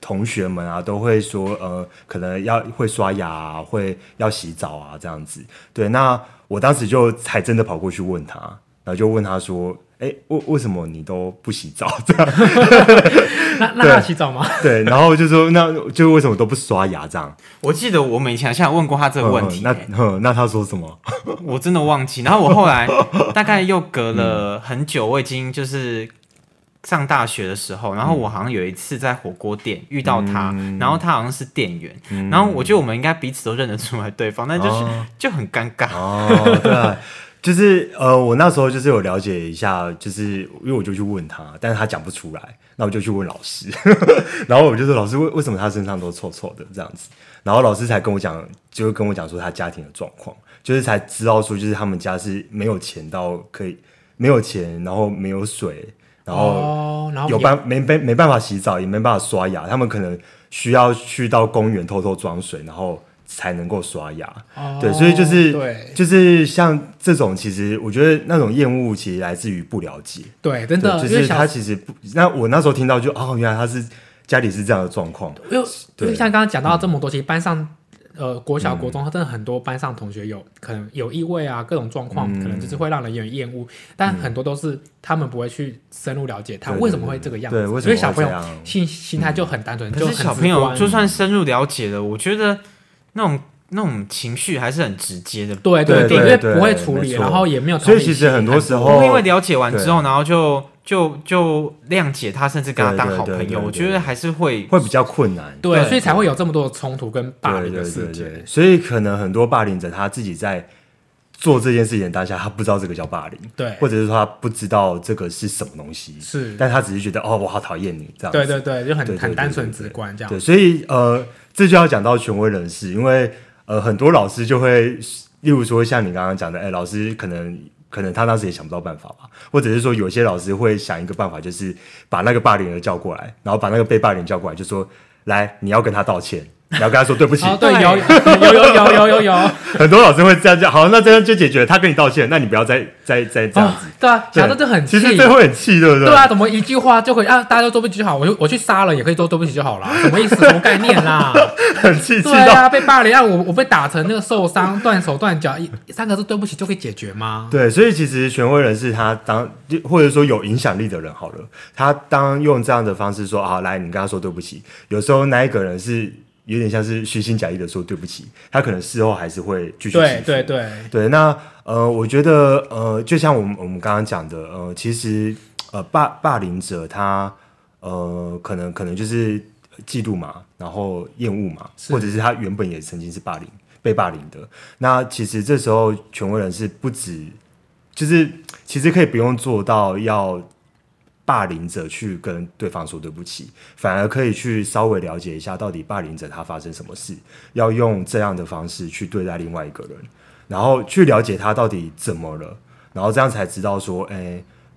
同学们啊，都会说，呃，可能要会刷牙、啊，会要洗澡啊，这样子。对，那我当时就还真的跑过去问他，然后就问他说，哎，为为什么你都不洗澡？ *laughs* 这样那那他洗澡吗？对，然后就说，那就为什么都不刷牙这样？我记得我们以前好像有问过他这个问题、嗯欸那哼那他说什么？我真的忘记。然后我后来 *laughs* 大概又隔了很久，我已经就是上大学的时候，然后我好像有一次在火锅店遇到他，嗯然后他好像是店员，然后我觉得我们应该彼此都认得出来对方，但就是、就很尴尬。哦，对啊，就是呃，我那时候就是有了解一下，就是因为我就去问他，但是他讲不出来，那我就去问老师， *laughs* 然后我就说老师为为什么他身上都臭臭的这样子，然后老师才跟我讲，就是跟我讲说他家庭的状况，就是才知道说就是他们家是没有钱到可以没有钱，然后没有水，然后、哦，然后有也办没没没办法洗澡，也没办法刷牙，他们可能需要去到公园偷偷装水，然后才能够刷牙。哦对，所以就是对就是像这种，其实我觉得那种厌恶其实来自于不了解，对，真对，的，就因为是小他其实不。那我那时候听到就哦，原来他是家里是这样的状况，因为因对嗯为像刚刚讲到这么多，其实班上呃国小国中，真的很多班上同学有可能有异味啊，各种状况，嗯可能就是会让人有点厌恶，但很多都是他们不会去深入了解他对对为什么会这个样子，对为什么因为小朋友会这样嗯心心态就很单纯，可就是很小直朋友观就算深入了解了，我觉得那种那种情绪还是很直接的，对对对，因对为对不会处理，没错然后也没有同所以理其实心很多时不候会因为了解完之后，然后就就就谅解他，甚至跟他当好朋对对友，对对我觉得还是会会比较困难。对，对所以才会有这么多的冲突跟霸对凌的对事对对件。所以可能很多霸凌者他自己在做这件事情的当下，他不知道这个叫霸凌，对或者是说他不知道这个是什么东西，是但他只是觉得哦，我好讨厌你这样子，对对对，就对很对很对单对纯对直观这样对，。所以呃，这就要讲到权威人士，因为呃，很多老师就会，例如说像你刚刚讲的，哎、老师可能可能他当时也想不到办法吧，或者是说有些老师会想一个办法，就是把那个霸凌的叫过来，然后把那个被霸凌叫过来，就说来，你要跟他道歉，你要跟他说对不起。哦，对，有有有有有有有，很多老师会这样讲，好，那这样就解决了，他跟你道歉，那你不要再再再这样哦子。，对啊，对讲到这很其气实，这会很气，对不对？对啊，怎么一句话就可以啊？大家都对不起就好，我就我去杀了也可以说对不起就好了，什么意思？什么概念 *laughs* 啦？很气，气对到啊，被霸凌，让我我被打成那个受伤、断手断脚，一三个字对不起就可以解决吗？对，所以其实权威人士他当就或者说有影响力的人好了，他当用这样的方式说啊，来，你跟他说对不起。有时候那一个人是有点像是虚情假意的说对不起，他可能事后还是会继续欺对负对对，对，那呃，我觉得呃，就像我们我们刚刚讲的，呃，其实呃，霸霸凌者他呃，可能可能就是嫉妒嘛，然后厌恶嘛，是或者是他原本也曾经是霸凌被霸凌的。那其实这时候权威人士不止，就是其实可以不用做到要霸凌者去跟对方说对不起，反而可以去稍微了解一下到底霸凌者他发生什么事，要用这样的方式去对待另外一个人，然后去了解他到底怎么了，然后这样才知道说，哎、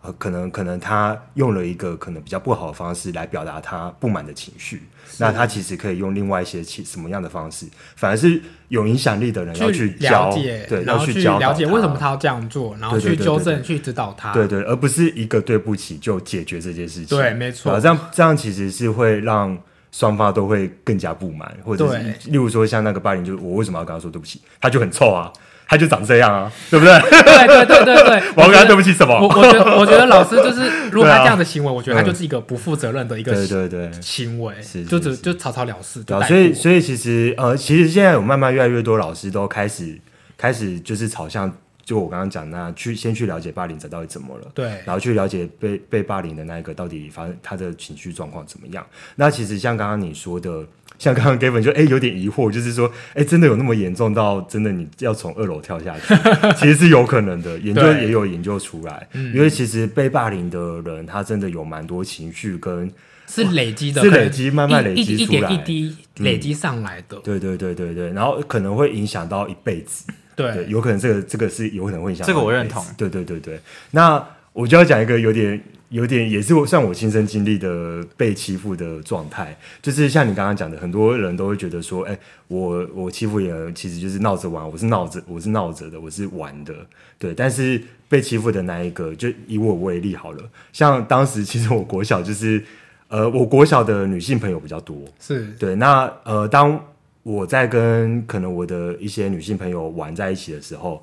呃可能可能他用了一个可能比较不好的方式来表达他不满的情绪，那他其实可以用另外一些其什么样的方式，反而是有影响力的人要去教，了解，对，然要后去教了导解为什么他要这样做，然后对对去对纠对正、去指导他。对对，而不是一个对不起就解决这件事情。对没错啊这样这样其实是会让双方都会更加不满，或者是对例如说像那个霸凌，就是我为什么要跟他说对不起？他就很臭啊，他就长这样啊， *laughs* 对不对？对对对对对， *laughs* 我要觉跟他得对不起什我么？我觉得我觉得老师 *laughs* 就是，如果对啊他这样的行为，我觉得他嗯就是一个不负责任的一个对对对。行为是，就是只是就草草了事，对就啊，带所以过所以其实呃，其实现在有慢慢越来越多老师都开始开始就是朝向，就我刚刚讲的那去先去了解霸凌者到底怎么了，对然后去了解被被霸凌的那一个到底发生他的情绪状况怎么样。那其实像刚刚你说的，像刚刚 Gavin 就哎、有点疑惑，就是说哎、真的有那么严重到真的你要从二楼跳下去， *laughs* 其实是有可能的，研究对也有研究出来，因为其实被霸凌的人他真的有蛮多情绪跟是累积的，是可能累积慢慢累积一一一出点来嗯一滴累积上来的，对对对对对，然后可能会影响到一辈子。对，对有可能这个这个是有可能会影响这到个我一辈认子同对对对对，那我就要讲一个有点有点也是我算我亲身经历的被欺负的状态，就是像你刚刚讲的，很多人都会觉得说，哎、我我欺负人其实就是闹着玩，我是闹着我是闹着的，我是玩的，对，但是被欺负的那一个，就以我为例好了，像当时其实我国小就是。呃，我国小的女性朋友比较多，是对，那呃，当我在跟可能我的一些女性朋友玩在一起的时候，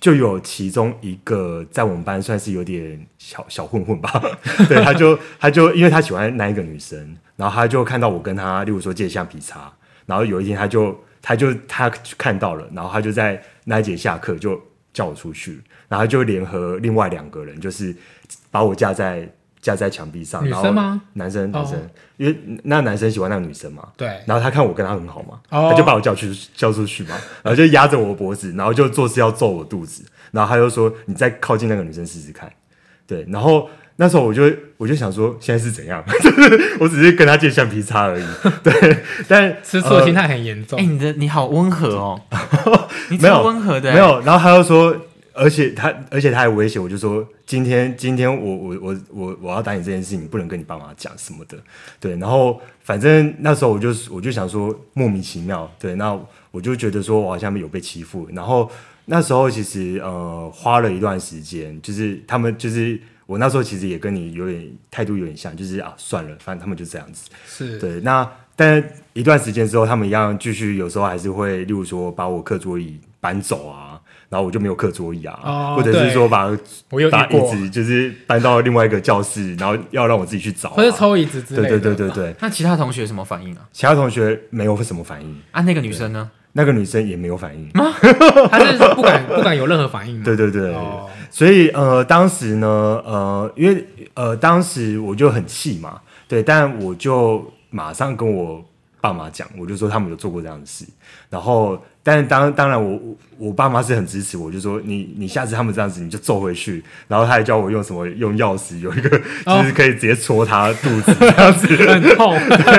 就有其中一个在我们班算是有点小小混混吧， *laughs* 对，他就他就因为他喜欢那一个女生，然后他就看到我跟他，例如说借橡皮擦，然后有一天他就他就他看到了，然后他就在那一节下课就叫我出去，然后他就联合另外两个人，就是把我架在架在墙壁上，女然生后吗男生哦男生，因为那男生喜欢那个女生嘛，对然后他看我跟他很好嘛，哦他就把我叫去叫出去嘛，然后就压着我的脖子，然后就做事要揍我肚子，然后他就说你再靠近那个女生试试看，对，然后那时候我就我就想说现在是怎样， *laughs* 就是我只是跟他借橡皮擦而已，对，但吃醋的心态、态很严哎、重，你的你好温和 *laughs* 哦，你没有超温和的、欸没，有，然后他又说，而且他而且他还威胁我，就说今天今天我我我我我要打你这件事情，不能跟你爸妈讲什么的，对，然后反正那时候我就我就想说莫名其妙，对，那我就觉得说我好像有被欺负，然后那时候其实呃花了一段时间，就是他们就是我那时候其实也跟你有点态度有点像，就是啊算了，反正他们就这样子，是对，那但一段时间之后，他们一样继续，有时候还是会，例如说把我课桌椅搬走啊，然后我就没有课桌椅啊，哦或者对是说把我有遇把椅过，子就是搬到另外一个教室，然后要让我自己去找、啊，或是抽椅子之对类对的，对对对，那其他同学什么反应啊？其他同学没有什么反应，啊，那个女生呢？那个女生也没有反应，他是不敢不敢有任何反应嘛，对对对对哦，所以呃，当时呢，呃，因为呃，当时我就很气嘛，对，但我就马上跟我爸妈讲，我就说他们有做过这样的事，然后但是当当然我，我我爸妈是很支持我，就说你你下次他们这样子你就揍回去，然后他还教我用什么用钥匙有一个就是可以直接戳他肚子这样子，很痛。 *laughs*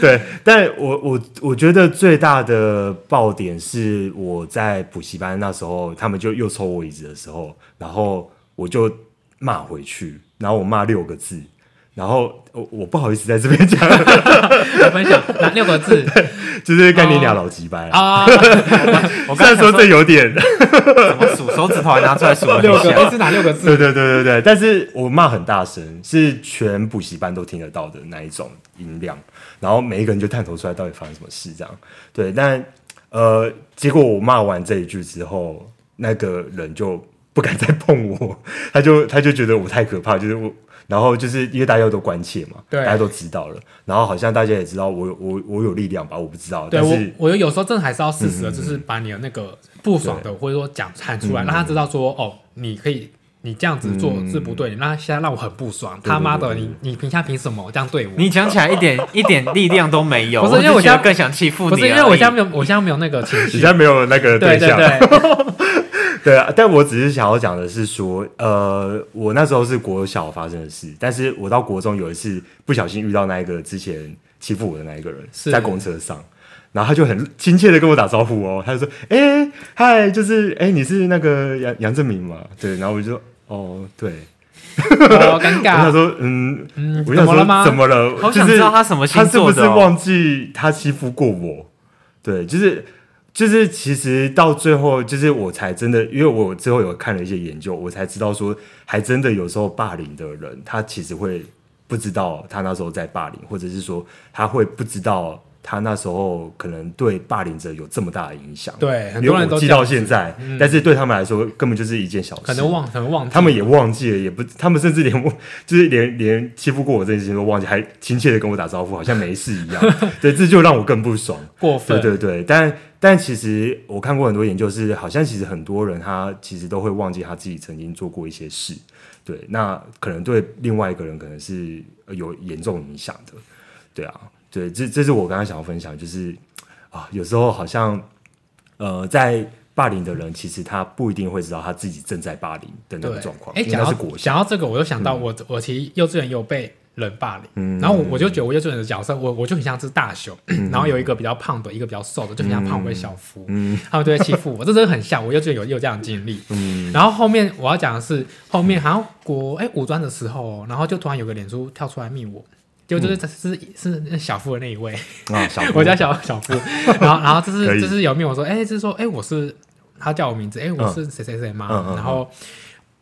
对，但我我我觉得最大的爆点是我在补习班那时候，他们就又抽我椅子的时候，然后我就骂回去，然后我骂六个字，然后我我不好意思在这边讲， *laughs* 我分享哪六个字就是干你俩老鸡掰啊？啊！ *laughs* 我刚虽才想然说说这有点，怎么数手指头还拿出来数啊 *laughs* 了六一个下，诶是哪六个字？对对对对对，但是我骂很大声，是全补习班都听得到的那一种音量，然后每一个人就探头出来，到底发生什么事这样。对，但呃，结果我骂完这一句之后，那个人就不敢再 *laughs* 碰我，他就他就觉得我太可怕，就是我。然后就是因为大家都关切嘛，对大家都知道了。然后好像大家也知道我有我我有力量吧，我不知道。对但我是，嗯我有时候真的还是要适时的，就是把你的那个不爽的，或者说讲喊出来，嗯让他知道说，哦，你可以，你这样子做是不对，你让他现在让我很不爽，他妈的，你你评价凭什么这样对我？你讲起来一 *laughs* 点一点力量都没有，不是我因为我只觉现得在更想欺负你不而已，是因为我现在没有，我现在没有那个情 *laughs* 你现绪。在没有那个对对象，对，对啊，但我只是想要讲的是说，呃，我那时候是国小发生的事，但是我到国中有一次不小心遇到那一个之前欺负我的那一个人，是在公车上，然后他就很亲切的跟我打招呼哦，他就说，哎、嗨，就是哎、你是那个杨杨振明嘛？对，然后我就说，哦，对，好尴 *laughs* 我想尬。说，嗯，嗯，我怎想么说了吗？怎么了？好就想是知道他什么他星是座不的是哦忘记他欺负过我？对，就是就是，其实到最后，就是我才真的，因为我之后有看了一些研究，我才知道说，还真的有时候霸凌的人，他其实会不知道他那时候在霸凌，或者是说他会不知道。他那时候可能对霸凌者有这么大的影响，对很因为多人我都记这样到现在，但是对他们来说根本就是一件小事，可能忘，可能忘记，他们也忘记了，也不，他们甚至连我就是连连欺负过我这件事情都忘记，还亲切的跟我打招呼，好像没事一 *laughs* 样。对，这就让我更不爽。过分。对对对，但但其实我看过很多研究是，好像其实很多人他其实都会忘记他自己曾经做过一些事，对，那可能对另外一个人可能是呃有严重影响的，对啊，对，这这是我刚刚想要分享，就是啊，有时候好像呃在。霸凌的人其实他不一定会知道他自己正在霸凌的那对个状况，哎，因为讲那到是国小，嗯讲到这个，我又想到我我其实幼稚园有被人霸凌，然后我我就觉得我幼稚园的角色，我我就很像是大雄，*clears throat* 嗯然后有一个比较胖的，一个比较瘦的，就很像胖虎跟小夫，嗯他们就会欺负我，这真的很像，我幼稚园有有这样的经历。嗯然后后面我要讲的是，后面好像国哎五专的时候，然后就突然有个脸书跳出来密我。就就是嗯是是是小夫的那一位，啊，小 *laughs* 我家小小 *laughs* 夫，然后然后这可是以这是有面我说，哎、这是说，哎、我是他叫我名字，哎、我是谁谁谁嘛，嗯嗯嗯然后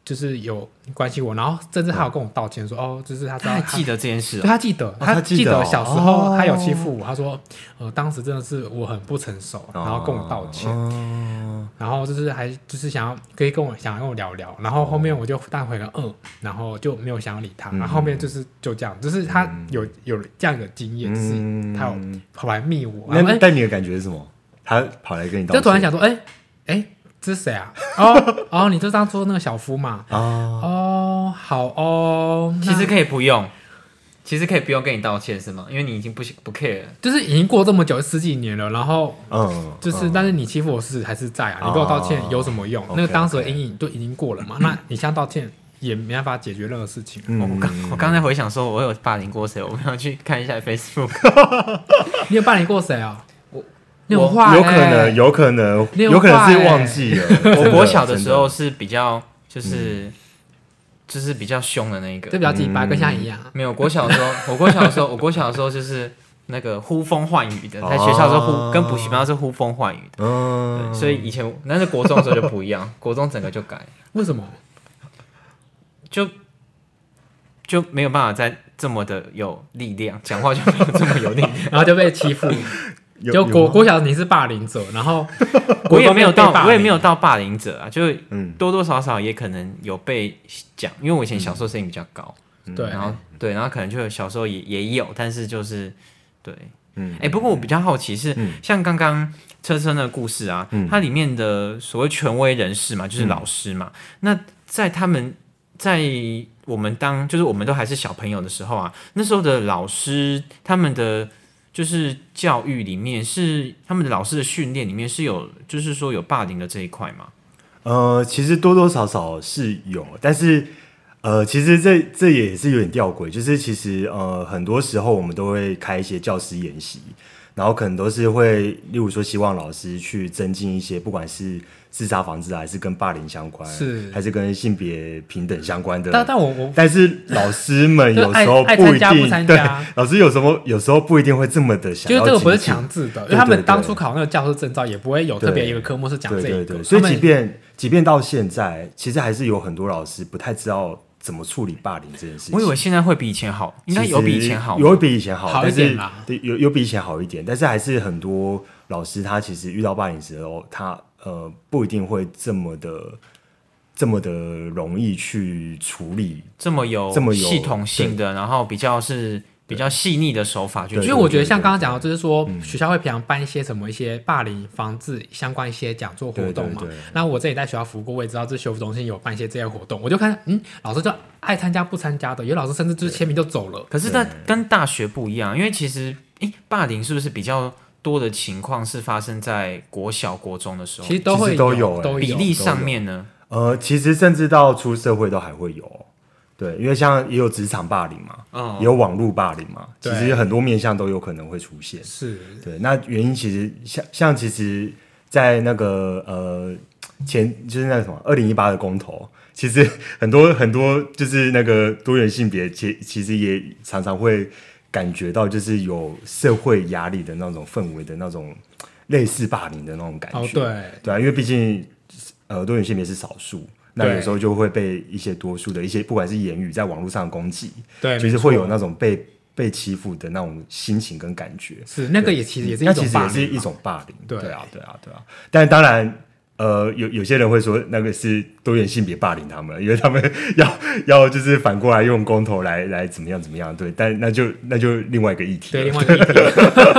就是有关心我，然后甚至他有跟我道歉说，哦，就是他知他道还他记得这件事对哦、他记得，他记记嗯得得哦小时候他有欺负我，他说，呃，当时真的是我很不成熟，然后跟我道歉，啊哦然后就是还就是想要可以跟我想要跟我聊聊，然后后哦面我就淡回了嗯，然后就没有想要理嗯他，然后后面就是就这样，就是他有有这样的经验，就是嗯他有跑来密我，那然后哎那但你的感觉是什么？他跑来跟你道就歉，突然想说，哎、哎、这是谁啊？哦哦，你就当初那个小夫嘛。啊，哦，好哦，那其实可以不用，其实可以不用跟你道歉是吗？因为你已经不不 care 了。就是已经过这么久十几年了，然后嗯，就是，嗯但是你欺负我是还是在啊，你跟我道歉有什么用？哦那个 OK，当时的 OK 阴影就已经过了 *laughs* 嘛，那你现在道歉也没办法解决任何事情。啊嗯我刚我刚才回想说，我有霸凌过谁？我们要去看一 *laughs* 下 Facebook。你有霸凌过谁啊？我你很坏欸、有可能，有可能，你很有可能坏是欸忘记了。 *laughs* 真我的嗯国小的真时候是比较就是、就是比较凶的那一就比个，较鸡巴，跟现在一样。啊没有国小的时候，我国小的时候，我国小的时候就是那个呼风唤雨的，在学校是呼、哦跟补习班是呼风唤雨的。嗯，所以以前但是国中的时候就不一样，国中整个就改，为什么？就就没有办法再这么的有力量，讲话就没有这么有力量。然后就被欺 *laughs* 负，有就有国吗国小你是霸凌者，然后我也没有国中被霸到，凌我也没有到霸凌者啊，就嗯多多少少也可能有被讲，因为我以前小时候声音比较高，对，嗯然后对，然后可能就有小时候也也有，但是就是对，嗯哎、不过我比较好奇是，像刚刚车车那个故事啊，嗯它里面的所谓权威人士嘛，就是老师嘛，那在他们在我们当就是我们都还是小朋友的时候啊，那时候的老师他们的。就是教育里面是他们的老师的训练里面是有，就是说有霸凌的这一块嘛？呃，其实多多少少是有，但是呃，其实这这也是有点吊诡，就是其实呃，很多时候我们都会开一些教师研习，然后可能都是会，例如说希望老师去增进一些，不管是自杀防治啊还是跟霸凌相关，是还是跟性别平等相关的。但但我我但是老师们就有时候爱爱不一参加不定，参对加，老师有什么有时候不一定会这么的想就要是精进。这个不是强制的，因为对他们对当对初考那个教师证照也不会有特别对一个科目是讲对这一对个，对，所以他即们便即便到现在，其实还是有很多老师不太知道怎么处理霸凌这件事情。我以为现在会比以前好，应该有比以前好吧，其实有比以前好，好一但是点啦对，有有比以前好一点，但是还是很多老师他其实遇到霸凌的时候，他呃不一定会这么的这么的容易去处理。这么有这么有系统性的，然后比较是比较细腻的手法去对嗯因做为我觉得像刚刚讲到，就是说学校会平常办一些什么一些霸凌防治相关一些讲座活动嘛对对对。那我这里在学校服务过，我也知道这学服中心有办一些这些活动，我就看嗯，老师就爱参加不参加的，有老师甚至就是签名就走了。可是那跟大学不一样，因为其实诶，霸凌是不是比较多的情况是发生在国小、国中的时候其？实都其会实都有有欸都比有例上面呢？呃，其实甚至到出社会都还会有，对，因为像也有职场霸凌嘛，哦也有网络霸凌嘛，其对实很多面向都有可能会出现。是对，那原因其实像像其实，在那个呃前就是那个什么二零一八的公投，其实很多很多就是那个多元性别，其其实也常常会感觉到就是有社会压力的那种氛围的那种类似霸凌的那种感觉。哦，对，对啊，因为毕竟呃多元性别是少数。那对有时候就会被一些多数的一些，不管是言语在网络上的攻击，对就是没会错有那种被被欺负的那种心情跟感觉。是那个也其实也是那一其种实霸也是凌一嘛，种霸凌。对对啊，对啊，对啊。但当然，呃，有有些人会说那个是多元性别霸凌他们，因为他们 *laughs* 要要就是反过来用公投来来怎么样怎么样。对，但那就那就另外一个议题对，了。另外一个议题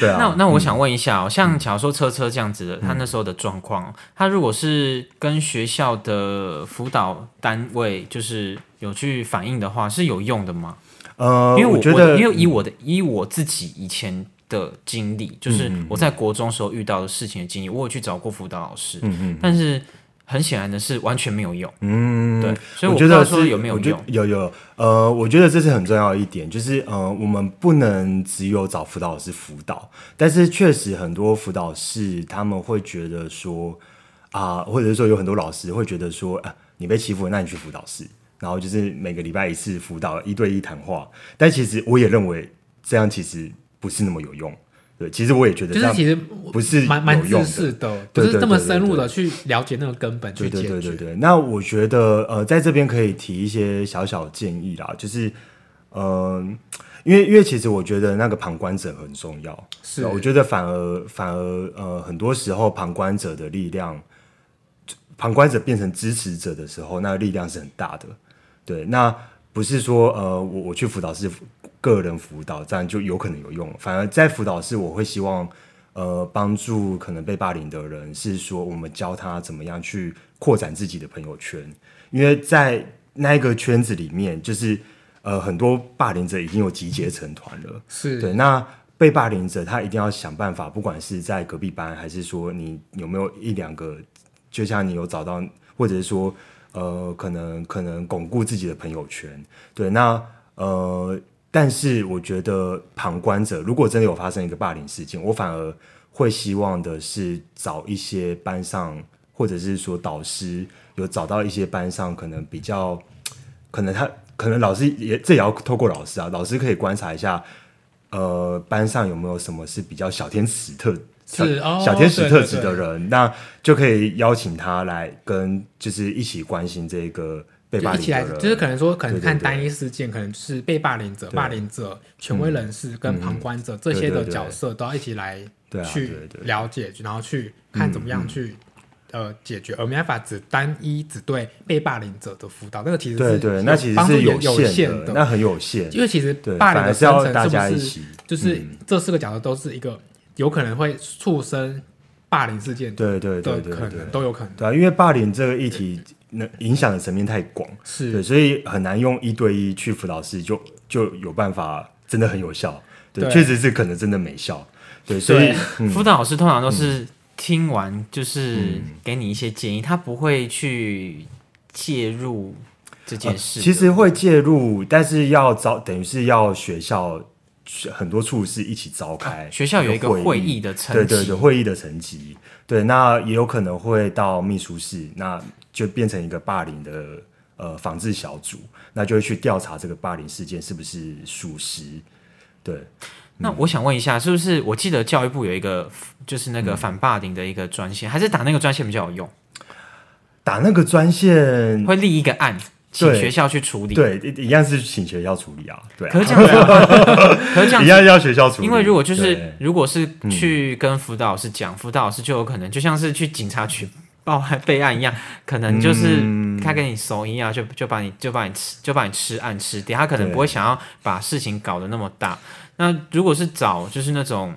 对啊，嗯那那我想问一下、哦，像假如说车车这样子的，他那时候的状况哦，他如果是跟学校的辅导单位就是有去反映的话，是有用的吗？呃，因为我我觉我得因为以我的以我自己以前的经历，就是嗯我在国中时候遇到的事情的经历，我有去找过辅导老师，嗯但是很显然的是完全没有用，嗯，对，所以我我觉不知得道说是有没有我觉得用，有有，呃，我觉得这是很重要的一点，就是呃，我们不能只有找辅导老师辅导，但是确实很多辅导师他们会觉得说啊、或者是说有很多老师会觉得说，啊，你被欺负了，那你去辅导室，然后就是每个礼拜一次辅导一对一谈话，但其实我也认为这样其实不是那么有用，对，其实我也觉得就这是样其实不是蛮蛮有用自私的的，不对是对这么对对深入对的去了解那个根本去对对解对对决。对。那我觉得呃，在这边可以提一些小小建议啦，就是呃，因为因为其实我觉得那个旁观者很重要，是呃我觉得反而反而呃，很多时候旁观者的力量，旁观者变成支持者的时候，那个力量是很大的。对，那不是说呃，我我去辅导室个人辅导，这样就有可能有用。反而在辅导室，我会希望呃帮助可能被霸凌的人，是说我们教他怎么样去扩展自己的朋友圈，因为在那一个圈子里面，就是呃很多霸凌者已经有集结成团了。是对，那被霸凌者他一定要想办法，不管是在隔壁班，还是说你有没有一两个，就像你有找到，或者是说呃，可能可能巩固自己的朋友圈。对，那呃，但是我觉得旁观者如果真的有发生一个霸凌事件，我反而会希望的是找一些班上，或者是说导师有找到一些班上可能比较。可能他可能老师也这也要透过老师啊，老师可以观察一下，呃，班上有没有什么是比较小天使特是小哦小天使对特对质对的人，那就可以邀请他来跟就是一起关心这个被就霸一凌起的来，人，就是可能说，可对能对看对单一事件，可能是被霸凌者、霸凌者、权威人士跟旁观者这些嗯对对的对角色都要一起来对啊去对嗯对了解，然后去看怎么样去呃解决，而没办法只单一只对被霸凌者的辅导，那个其实对是对，那其实帮助是有限限那很有限，因为其实对霸凌反而的是生要成大是家不一是起就是嗯这四个角色都是一个有可能会促生霸凌事件的对对对对可对能，都有可能对啊，因为霸凌这个议题能影响的层面太广，对，是所以很难用一对一去辅导室就就有办法，真的很有效。对，对确实是可能真的没效，对，所以对辅导老师通常嗯都是听完就是给你一些建议，他不会去介入这件事的。呃其实会介入，但是要招，等于是要学校很多处室一起召啊开，学校有一个会会议的层对级，对对，会议的层级，对，那也有可能会到秘书室，那就变成一个霸凌的呃防治小组，那就会去调查这个霸凌事件是不是属实，对，那我想问一下，是不是我记得教育部有一个就是那个嗯反霸凌的一个专线，还是打那个专线比较有用？打那个专线，会立一个案，请对学校去处理。，对，一一样是请学校处理啊，对啊可是这样子，可是这样一子。样要学校处理，因为如果就是对如果是嗯去跟辅导老师讲，辅导老师就有可能就像是去警察局报案 *laughs* 备案一样，可能就是嗯他跟你怂一样，就就把你就把你吃就把你吃案吃掉，他可能对不会想要把事情搞得那么大。那如果是找就是那种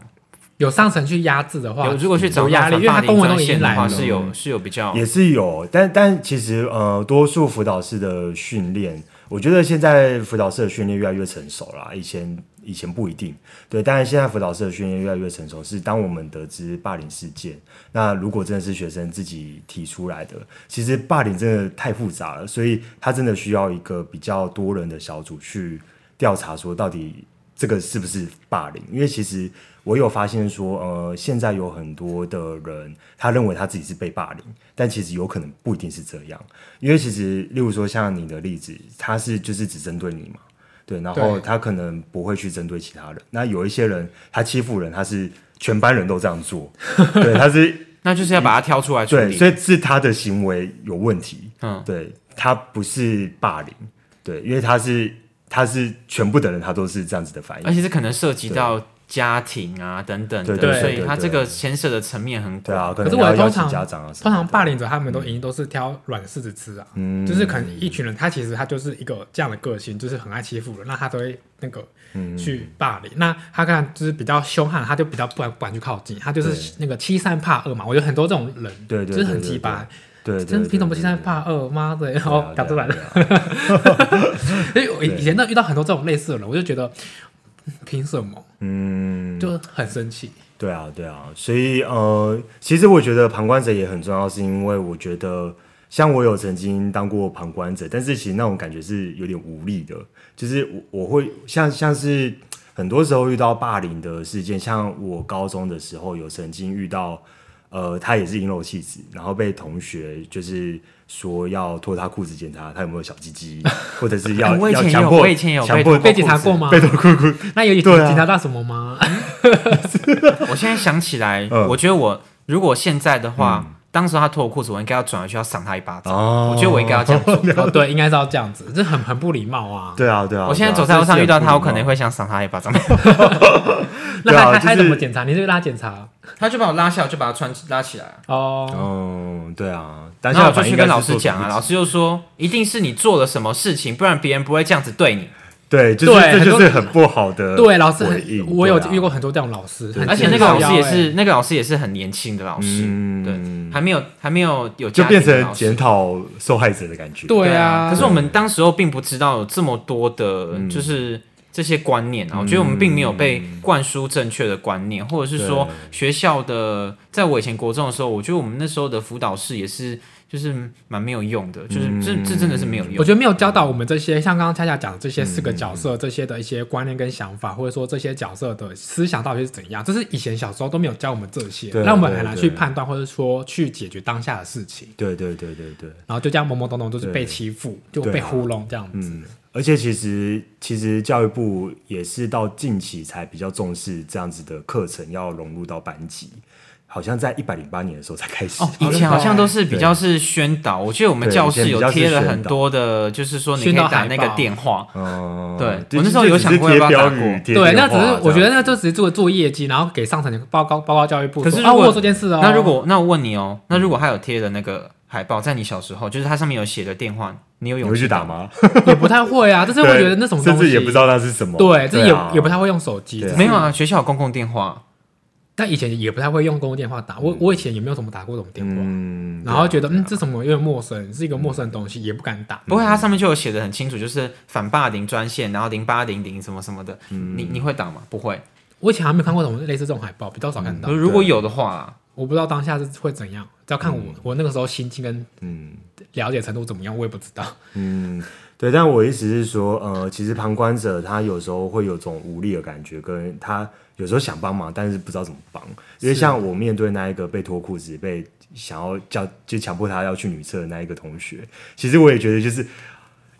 有上层去压制的话有，如果去找有压力因那种为反他霸凌公文都专已经线的来话，了嗯是有是有比较也是有，但但其实呃，多数辅导室的训练，我觉得现在辅导室的训练越来越成熟啦。以前以前不一定，对，但是现在辅导室的训练越来越成熟，是当我们得知霸凌事件，那如果真的是学生自己提出来的，其实霸凌真的太复杂了，所以他真的需要一个比较多人的小组去调查，说到底这个是不是霸凌？因为其实我有发现说，呃，现在有很多的人，他认为他自己是被霸凌，但其实有可能不一定是这样。因为其实，例如说像你的例子，他是就是只针对你嘛，对，然后对他可能不会去针对其他人。那有一些人，他欺负人，他是全班人都这样做，对，他是那就是要把它挑出来处对，理。所以是他的行为有问题，嗯，对他不是霸凌，对，因为他是他是全部的人，他都是这样子的反应而。且这可能涉及到家庭啊等等的，对对对所以对它对这个牵涉的层面很对广。啊，可可是能我要的邀通请常家长啊什通么的，常霸凌者他们都一定都是挑软柿子吃啊，嗯就是可能一群人他其实他就是一个这样的个性，就是很爱欺负人，那他都会那个嗯去霸凌。那他看就是比较凶悍，他就比较不敢不敢去靠近，他就是那个欺善怕恶嘛。我觉得很多这种人，对对对就是很鸡巴，对，对真对凭什么对欺对善怕恶？妈的，然对啊后讲出来了。对啊对啊因为我以对以前那遇到很多这种类似的人，我就觉得嗯凭什么，嗯，就很生气。对啊，对啊，所以呃，其实我觉得旁观者也很重要，是因为我觉得像我有曾经当过旁观者，但是其实那种感觉是有点无力的，就是我我会像像是很多时候遇到霸凌的事件，像我高中的时候有曾经遇到，呃，他也是阴柔气质，然后被同学就是。说要脱他裤子检查他有没有小鸡 *laughs* 鸡，或者是要哎我以要前也强有迫我以前也有强被迫被检查过吗？被脱裤裤，那有对啊警察到什么吗？ *laughs* 我现在想起来，嗯我觉得我如果现在的话，当时他脱我裤子，我应该要转回去要赏他一巴掌。哦我觉得我应该要这 *laughs* 样做。哦，对，应该是要这样子，这很很不礼貌啊。对啊对啊。我现在对走啊在路上遇到他，我可能会。会想赏他一巴掌。那对啊他他就是他怎么检查？你是不是拉检查 *laughs* 他就把我拉下，我就把他穿拉起来啊。哦。哦，对啊，但然是后我就去跟老师讲啊，老师就说一定是你做了什么事情，不然别人不会这样子对你。对，就是对这很就多是很不好的对，老师回很，应我有对啊遇过很多这种老师，很而且那个老师也真的欸是，那个老师也是很年轻的老师，对，还没有还没有有嗯就家变庭的老成师检讨受害者的感觉。很对啊可，是我们当时候并不知道有这么多的，嗯就是这些观念啊。我觉得我们并没有被灌输正确的观念，或者是说学校的，在我以前国中的时候，我觉得我们那时候的辅导室也是，就是蛮没有用的，就是嗯这这真的是没有我用。觉得没有教导我们这些，像刚刚恰恰讲的这些四个角色，这些的一些观念跟想法，或者说这些角色的思想到底是怎样，就是以前小时候都没有教我们这些，对让我们很难对去对判断，或者说去解决当下的事情，对对对对对，然后就这样懵懵懂懂，就是对被欺负，就对啊被糊弄这样子。嗯，而且其实其实教育部也是到近期才比较重视这样子的课程要融入到班级，好像在一百零八年的时候才开始。哦，以前好像都是比较是宣导，我记得我们对教以前室比有较是贴了很宣导多的，就是说你可以宣导打海那个报电话， *laughs* 哦对就我那时候就有只是想过要贴不要标打语过贴对，电那只话是我觉这得样那就只是做做业绩，然后给上层报告报告教育部可说。是啊，如果我有这件事哦。那如果那我问你哦，那如果他有贴的那个海报，在你小时候，就是它上面有写的电话，你有你勇会气去打？吗？ *laughs* 也不太会 *laughs* 啊，就是我对觉得那种东甚西至也不知道那是什么。对，这也啊也不太会用手机对啊。没有啊，学校有公共电话，但以前也不太会用公用电话打，我我以前也没有怎么打过这种电话，嗯，然后觉得嗯这什么有点陌生，是一个陌生的东西，也不敢嗯打。不过它上面就有写的很清楚，就是反霸凌专线，然后零八零零什么什么的。嗯你你会打吗？不会。我以前还没有看过什么类似这种海报，比较少看到。嗯如果有的话啦，我不知道当下是会怎样，要看我、我那个时候心情跟嗯了解程度怎么样，我也不知道。嗯，对，但我意思是说，呃，其实旁观者他有时候会有种无力的感觉，跟他有时候想帮忙，但是不知道怎么帮。因为像我面对那一个被脱裤子、被想要叫就强迫他要去女厕的那一个同学，其实我也觉得就是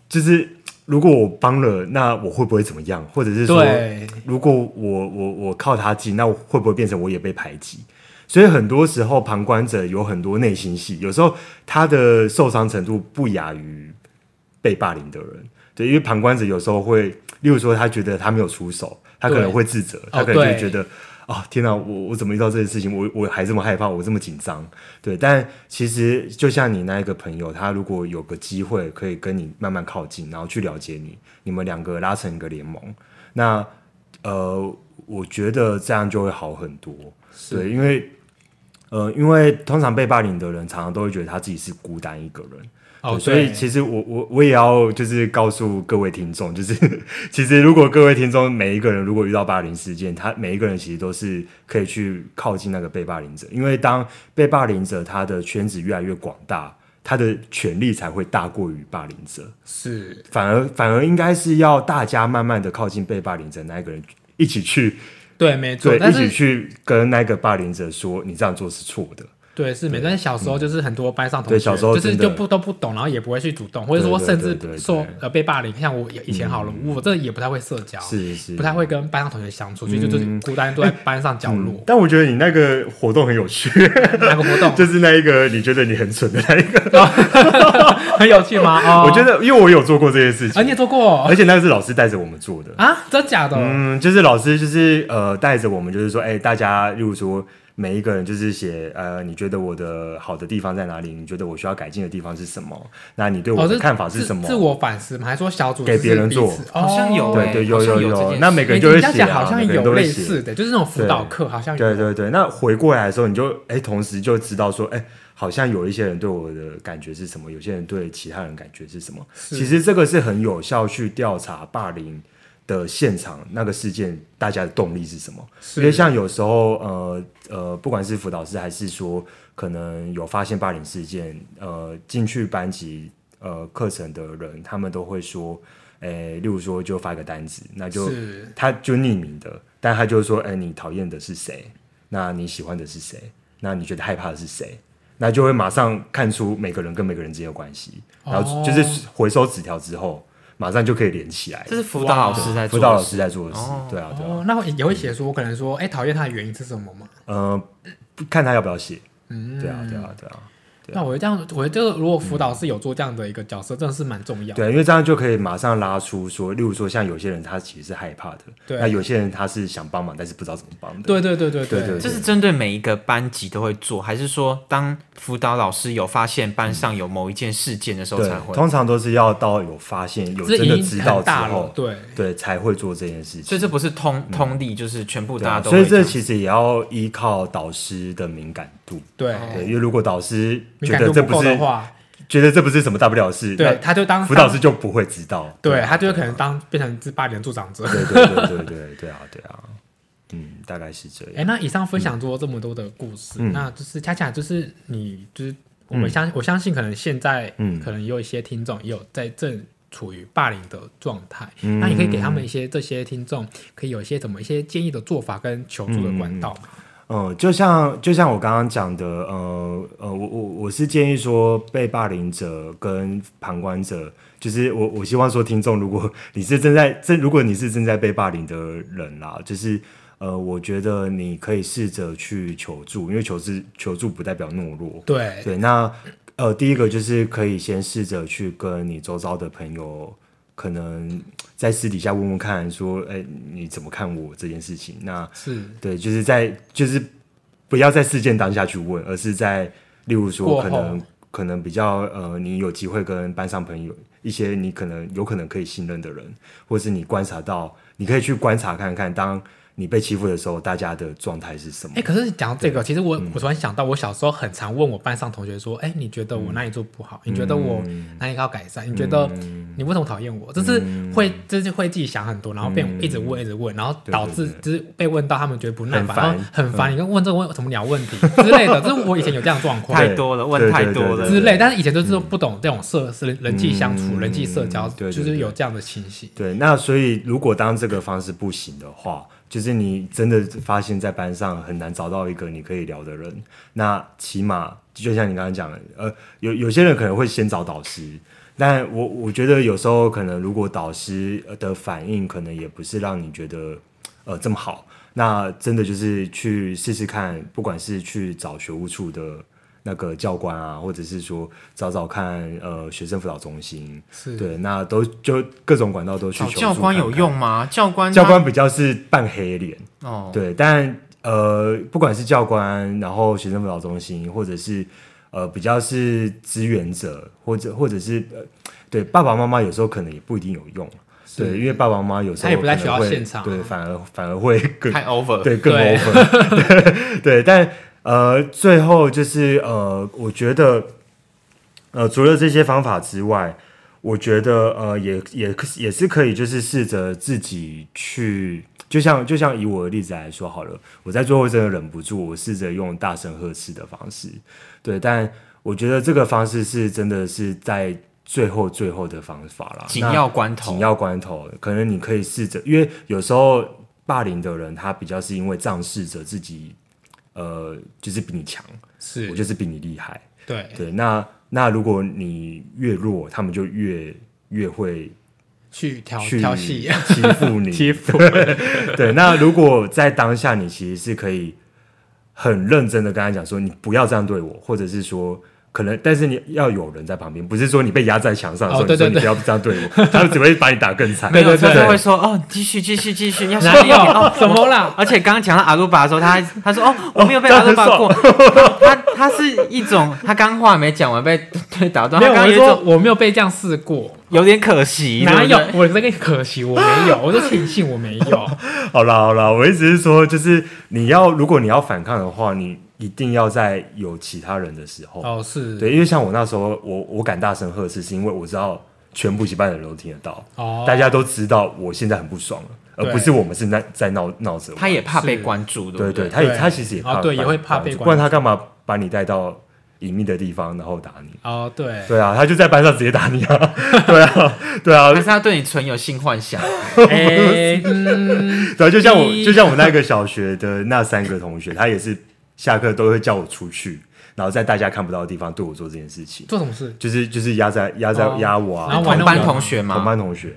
就是，如果我帮了，那我会不会怎么样？或者是说，对，如果我我我靠他近，那我会不会变成我也被排挤？所以很多时候旁观者有很多内心戏，有时候他的受伤程度不亚于被霸凌的人。对，因为旁观者有时候会，例如说他觉得他没有出手，他可能对会自责，他可能对就觉得。哦，天哪！我我怎么遇到这件事情？我我还这么害怕，我这么紧张。对，但其实就像你那一个朋友，他如果有个机会可以跟你慢慢靠近，然后去了解你，你们两个拉成一个联盟，那呃，我觉得这样就会好很多。对，因为呃，因为通常被霸凌的人，常常都会觉得他自己是孤单一个人。哦，对所以对其实我我我也要就是告诉各位听众，就是 *laughs* 其实如果各位听众每一个人如果遇到霸凌事件，他每一个人其实都是可以去靠近那个被霸凌者，因为当被霸凌者他的圈子越来越广大，他的权利才会大过于霸凌者。是反而反而应该是要大家慢慢的靠近被霸凌者那一个人，一起去对，没错对，，但一起是去跟那个霸凌者说你这样做是错的。对是没，但是小时候就是很多班上同学，嗯对小时候就是真的就不都不懂，然后也不会去主动，或者说对对甚至对对对受呃被霸凌，像我以前好了，我这也不太会社交，是是嗯不太会跟班上同学相处，所以就是孤单坐在班上角落但我觉得你那个活动很有趣，那个活动，嗯 *laughs* 就是那一个你觉得你很蠢的那一个，很有趣吗？哦， *laughs* 我觉得因为我有做过这件事啊，你也情，做过而且那个是老师带着我们做的。啊？真假的？哎嗯，就是老师就是呃带着我们，就是说，哎、大家，例如说每一个人就是写，呃，你觉得我的好的地方在哪里？你觉得我需要改进的地方是什么？那你对哦，我的是看法是什么？自自我反思吗？还是说小组就给是别人彼做此好像有哦对对，有好像有这件有，事那每个人你就会这样写、讲啊，好像每个人有都会类写似的，就是那种辅导课好像有对对对，那回过来的时候，你就哎、同时就知道说，哎、好像有一些人对我的感觉是什么，有些人对其他人感觉是什么。其实这个是很有效去调查霸凌的现场那个事件，大家的动力是什么？是因为像有时候，呃呃，不管是辅导师还是说可能有发现霸凌事件，呃，进去班级呃课程的人，他们都会说，哎、例如说就发一个单子，那就是他就匿名的，但他就说：“哎、你讨厌的是谁？那你喜欢的是谁？那你觉得害怕的是谁？”那就会马上看出每个人跟每个人之间的关系，哦然后就是回收纸条之后，马上就可以连起来这。是辅导老师在辅做的事。导老师在做的事，对啊，对啊，哦，那会也会写说，我可能说，哎，讨厌他的原因是什么吗？呃，不看他要不要写，对啊，对啊，对啊，嗯那我会这样，我觉得如果辅导是有做这样的一个角色，真的是蛮重嗯要的。对，啊因为这样就可以马上拉出说，例如说像有些人他其实是害怕的，对那有些人他是想帮忙，但是不知道怎么帮的，对对对对对对这是针对每一个班级都会做，还是说当辅导老师有发现班上有某一件事件的时候对才会？通常都是要到有发现、有这真的已知经道很之大后了，，对，对，才会做这件事所情。以这不是通通例，就是全部嗯对大啊家都所会以这这样。其实也要依靠导师的敏感度。对，对，因为如果导师敏哦觉感得度这不不够的是话，觉得这不是什么大不了的事，对，他就那当辅导师，就不会知道。对他就会可能当变成是霸凌的助长者。对对对对对对啊对啊，嗯，大概是这样。哎，那以上分享多这么多的故事，嗯那就是恰恰就是你就是我们相、我相信可能现在嗯可能也有一些听众也有在正处于霸凌的状态，嗯那你可以给他们一些这些听众可以有一些怎么一些建议的做法跟求助的管道嘛，嗯，就像就像我刚刚讲的，呃呃，我我我是建议说，被霸凌者跟旁观者，就是我我希望说，听众，如果你是正在正，如果你是正在被霸凌的人啦，就是呃，我觉得你可以试着去求助，因为求助求助不代表懦弱，对，对，那呃，第一个就是可以先试着去跟你周遭的朋友，可能在私底下问问看，说，哎、你怎么看我这件事情？那是对，就是在就是不要在事件当下去问，而是在例如说过可后能可能比较呃，你有机会跟班上朋友一些你可能有可能可以信任的人，或是你观察到，你可以去观察看看，当你被欺负的时候，大家的状态是什么哎、？可是讲到这个，其实我、嗯我突然想到，我小时候很常问我班上同学说：“哎、你觉得嗯我哪里做不好？你觉得我哪里要改善？你觉得嗯你为什么讨厌我？”就是会，就是会自己想很多，然后被嗯一直问，一直问，然后导致就是被问到他们觉得不耐烦，然很烦嗯后很烦。你跟问这个问什么鸟问题之类的，就是我以前有这样的状况太多了，问太多对了对对对。嗯之类，但是以前就是不懂这种社人人际相处、人际社交，对对就是有这样的情形。对，那所以如果当这个方式不行的话，就是你真的发现，在班上很难找到一个你可以聊的人，那起码就像你刚刚讲的，呃，有有些人可能会先找导师，但我我觉得有时候可能如果导师呃的反应可能也不是让你觉得呃这么好，那真的就是去试试看，不管是去找学务处的。那个教官啊，或者是说找找看，呃，学生辅导中心，是对，那都就各种管道都去找求助哦教官有看看用吗？教官他教官比较是扮黑脸，哦，对，但呃，不管是教官，然后学生辅导中心，或者是呃比较是支援者，或者或者是呃，对爸爸妈妈有时候可能也不一定有用，对，因为爸爸妈妈有时候他也不在学可能校会现场啊对，反而反而会 *laughs* 更太 over。对，更对 over。对 *laughs* 对，但呃，最后就是呃，我觉得呃，除了这些方法之外，我觉得呃，也也也是可以，就是试着自己去，就像就像以我的例子来说好了，我在最后真的忍不住，我试着用大声呵斥的方式，对，但我觉得这个方式是真的是在最后最后的方法啦，紧那要关紧头，要关头，可能你可以试着，因为有时候霸凌的人他比较是因为仗势着自己，呃，就是比你强，我是，就是比你厉害。对，对，那那如果你越弱，他们就越越会去调去。调戏 *laughs* 欺负你，哦欺负 *laughs* 对，那如果在当下，你其实是可以很认真的跟他讲说，你不要这样对我，或者是说。可能，但是你要有人在旁边，不是说你被压在墙上的时候，哦对对你说你不要这样对我，他们只会把你打 *laughs* 更惨。没有，对对他对会说哦，继续继续继续，哪要下面有哦怎么啦？而且刚刚讲到阿鲁巴的时候，他还他说哦，我没有被阿鲁巴过，他他是一种他刚话没讲完被对打断，没有，我他刚刚是有一说种我没有被这样试过，有点可惜，哪对有不对？？我这个可惜我没 *laughs* 有，我就庆幸我没有。好啦好啦，我意思是说，就是你要如果你要反抗的话，你一定要在有其他人的时候，哦，是，对，因为像我那时候，我我敢大声呵斥，是因为我知道全补习班的人都听得到，哦大家都知道我现在很不爽了，而对不是我们是在在闹闹着玩。他也怕被是关注，对不对对，对？他也对他其实也怕哦对把也会怕被不然他关干嘛把你带到隐秘的地方，然后打你？哦，对，对啊，他就在班上直接打你啊！ *laughs* 对啊，对啊，还是他对你存有性幻想？ *laughs* 哎，嗯，对，就像我一就像我那个小学的那三个同学，他也是下课都会叫我出去，然后在大家看不到的地方对我做这件事情，做什么事？就是就是压在压在哦压我然啊后，玩同弄班我同学同嘛，班同学。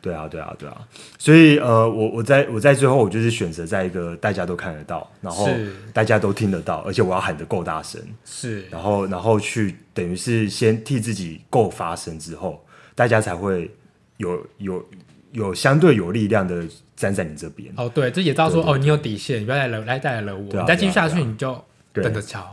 对啊，对啊，对啊，所以呃，我我在我在最后，我就是选择在一个大家都看得到，然后是大家都听得到，而且我要喊得够大声，是然后然后去等于是先替自己够发声之后，大家才会有有有相对有力量的站在你这边。哦，对，这也知道说对对哦，你有底线，你不要再惹，来再来惹我，对啊你再继续下对去啊你就对等着瞧。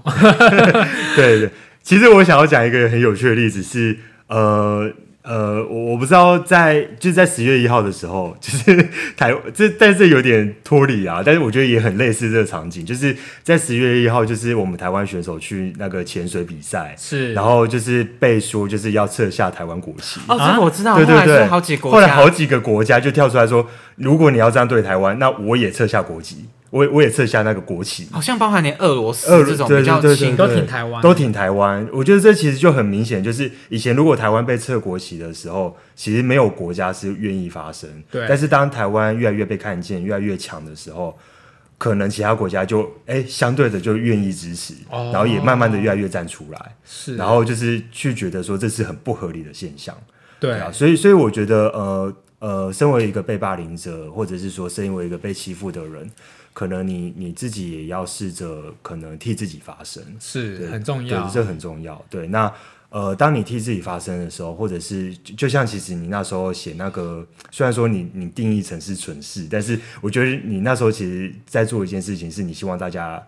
对对，其实我想要讲一个很有趣的例子是，呃呃，我我不知道在就是在十月一号的时候， *laughs* 就是台这但是有点脱离啊，但是我觉得也很类似这个场景，就是在十月一号，就是我们台湾选手去那个潜水比赛，是，然后就是被说就是要撤下台湾国旗。哦，这个我知道，后对对来对，是好几后国来家好几个国家就跳出来说，如果你要这样对台湾，那我也撤下国籍，我也我也撤下那个国旗。好像包含连俄罗斯俄这种对比较对对轻对都挺台湾，都挺台湾。我觉得这其实就很明显，就是以前如果台湾被撤国旗的时候，其实没有国家是愿意发声。对但是当台湾越来越被看见、越来越强的时候，可能其他国家就哎、相对的就愿意支持，哦然后也慢慢的越来越站出来，是，然后就是去觉得说这是很不合理的现象。对对啊，所以所以我觉得，呃呃，身为一个被霸凌者，或者是说身为一个被欺负的人，可能你你自己也要试着可能替自己发声，是对很重要对，，这很重要。对，那呃，当你替自己发声的时候，或者是就就像其实你那时候写那个，虽然说你你定义成是蠢事，但是我觉得你那时候其实在做一件事情，是你希望大家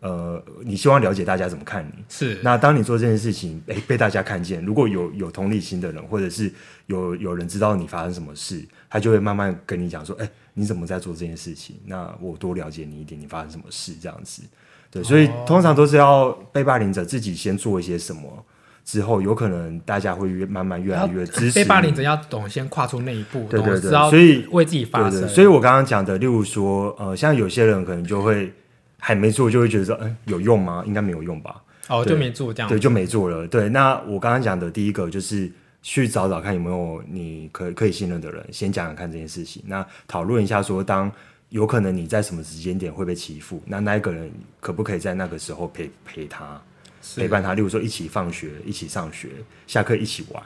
呃，你希望了解大家怎么看你。是那当你做这件事情，诶，被大家看见，如果有有同理心的人，或者是有有人知道你发生什么事，他就会慢慢跟你讲说，诶，你怎么在做这件事情？那我多了解你一点，你发生什么事这样子。对，所哦以通常都是要被霸凌者自己先做一些什么，之后有可能大家会越慢慢越来越支持被你。霸凌者要懂先跨出那一步，对对懂对知道所以为自己发对声，对，所以我刚刚讲的，例如说，呃，像有些人可能就会还没做，就会觉得说，嗯、有用吗？应该没有用吧？哦就对没做这样对，，就没做了。对，那我刚刚讲的第一个就是去找找看有没有你可可以信任的人，先讲讲看这件事情。那讨论一下说，当有可能你在什么时间点会被欺负，那那一个人可不可以在那个时候陪陪他，是陪伴他？例如说一起放学，一起上学，下课一起玩。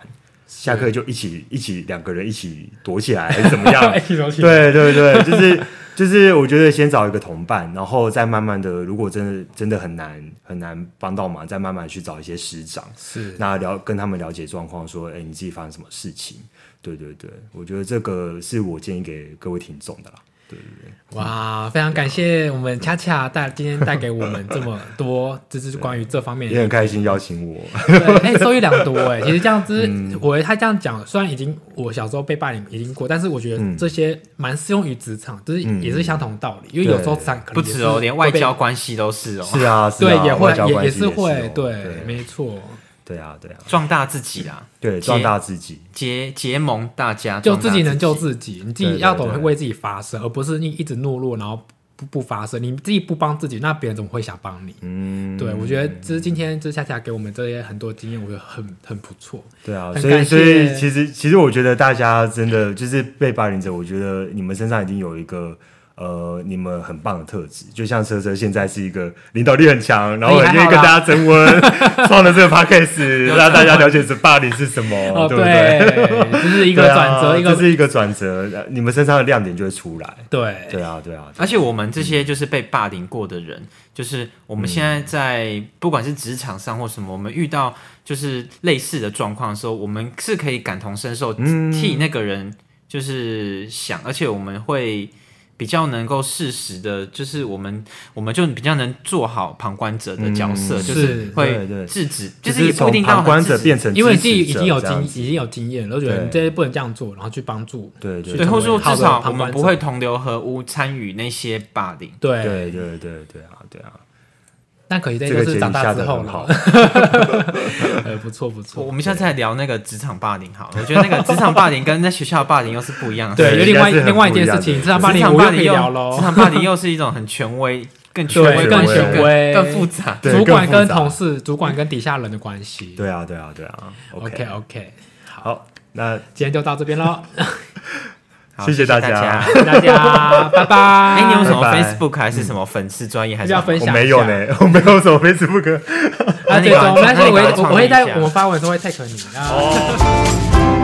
下课就一起一起两个人一起躲起来，还是怎 *laughs* 么样？一起走起来 *laughs* 对对对，就是 *laughs* 就是，我觉得先找一个同伴，然后再慢慢的，如果真的真的很难很难帮到忙，再慢慢去找一些师长，是那了跟他们了解状况，说，哎、你自己发生什么事情？对对对，我觉得这个是我建议给各位听众的啦。哇，非常感谢我们恰恰带今天带给我们这么 *laughs* 多，就是关于这方面的也很开心邀请我，对，哎、受益良多 *laughs* 哎。其实这样子，嗯我他这样讲，虽然已经我小时候被霸凌已经过，但是我觉嗯得这些蛮适用于职场，就是也是相同道理，因为有时候职场可能不也止是哦，连外会被交关系都是哦，是啊，是对啊，也外交会也关也系是也是会哦对，没错，对啊，对啊，壮大自己啦，对，壮大自己，结结盟大家，就壮大自己能救自己，你自对己对要懂得对为自己发声，而不是你一直懦弱，然后不不发声，你自己不帮自己，那别人怎么会想帮你？嗯，对，我觉得就是今天就是恰恰给我们这些很多经验，我觉得很很不错。对啊，很所感以所以谢其实其实我觉得大家真的就是被霸凌者，我觉得你们身上已经有一个呃你们很棒的特质，就像车车现在是一个领导力很强，然后哎很还好愿意跟啦大家增温，创了这个 podcast，让大家了解这霸凌是什么，哦对不对？哦对， *laughs* 就是一一个转折，一个这是一个转折，呃你们身上的亮点就会出来。对对啊，对啊，而且我们这些就是被霸凌过的人，就是我们现在在不管是职场上或什么，我们遇到就是类似的状况的时候，我们是可以感同身受，嗯替那个人就是想，而且我们会比较能够适时的，就是我们我们就比较能做好旁观者的角色，嗯就是是对会对制止，只就是也不一从定到旁观很者制变止。成因为你自己支已持者经有这样经已子经有经验了，就觉得对你这些不能这样做，然后去帮助。对对去对，成或为者说好至的少我旁们观不者会同流合污，参与那些霸凌。对，对对对对啊，对啊，但可惜这这就个结是语长下大之的后很了好，。 *laughs* 呃，不错不我我 *laughs* 错，们下次来聊那个职场霸凌好了，我觉得那个职场霸凌跟在学校的霸凌又是不一样的。对，有应另该外是很另外一不件一样事的情，职职场霸职凌场我霸又可凌以又聊喽职。场霸凌又是一种很权 *laughs* 威、更权对威、更权更威更复杂。对主更管复跟杂同事、主管跟底下人的关系。对啊，对啊，对啊。 OK OK，好，那今天就到这边喽，好谢谢谢大大家大家拜拜。哎，你有什么拜拜 Facebook 还是什么粉丝专业还是要什么分我享没一有下呢，我没有什么 Facebook。啊，那你对，赶我们快但是我那你赶会快我我会创立一在下我们发文的时候会 tag 你啊。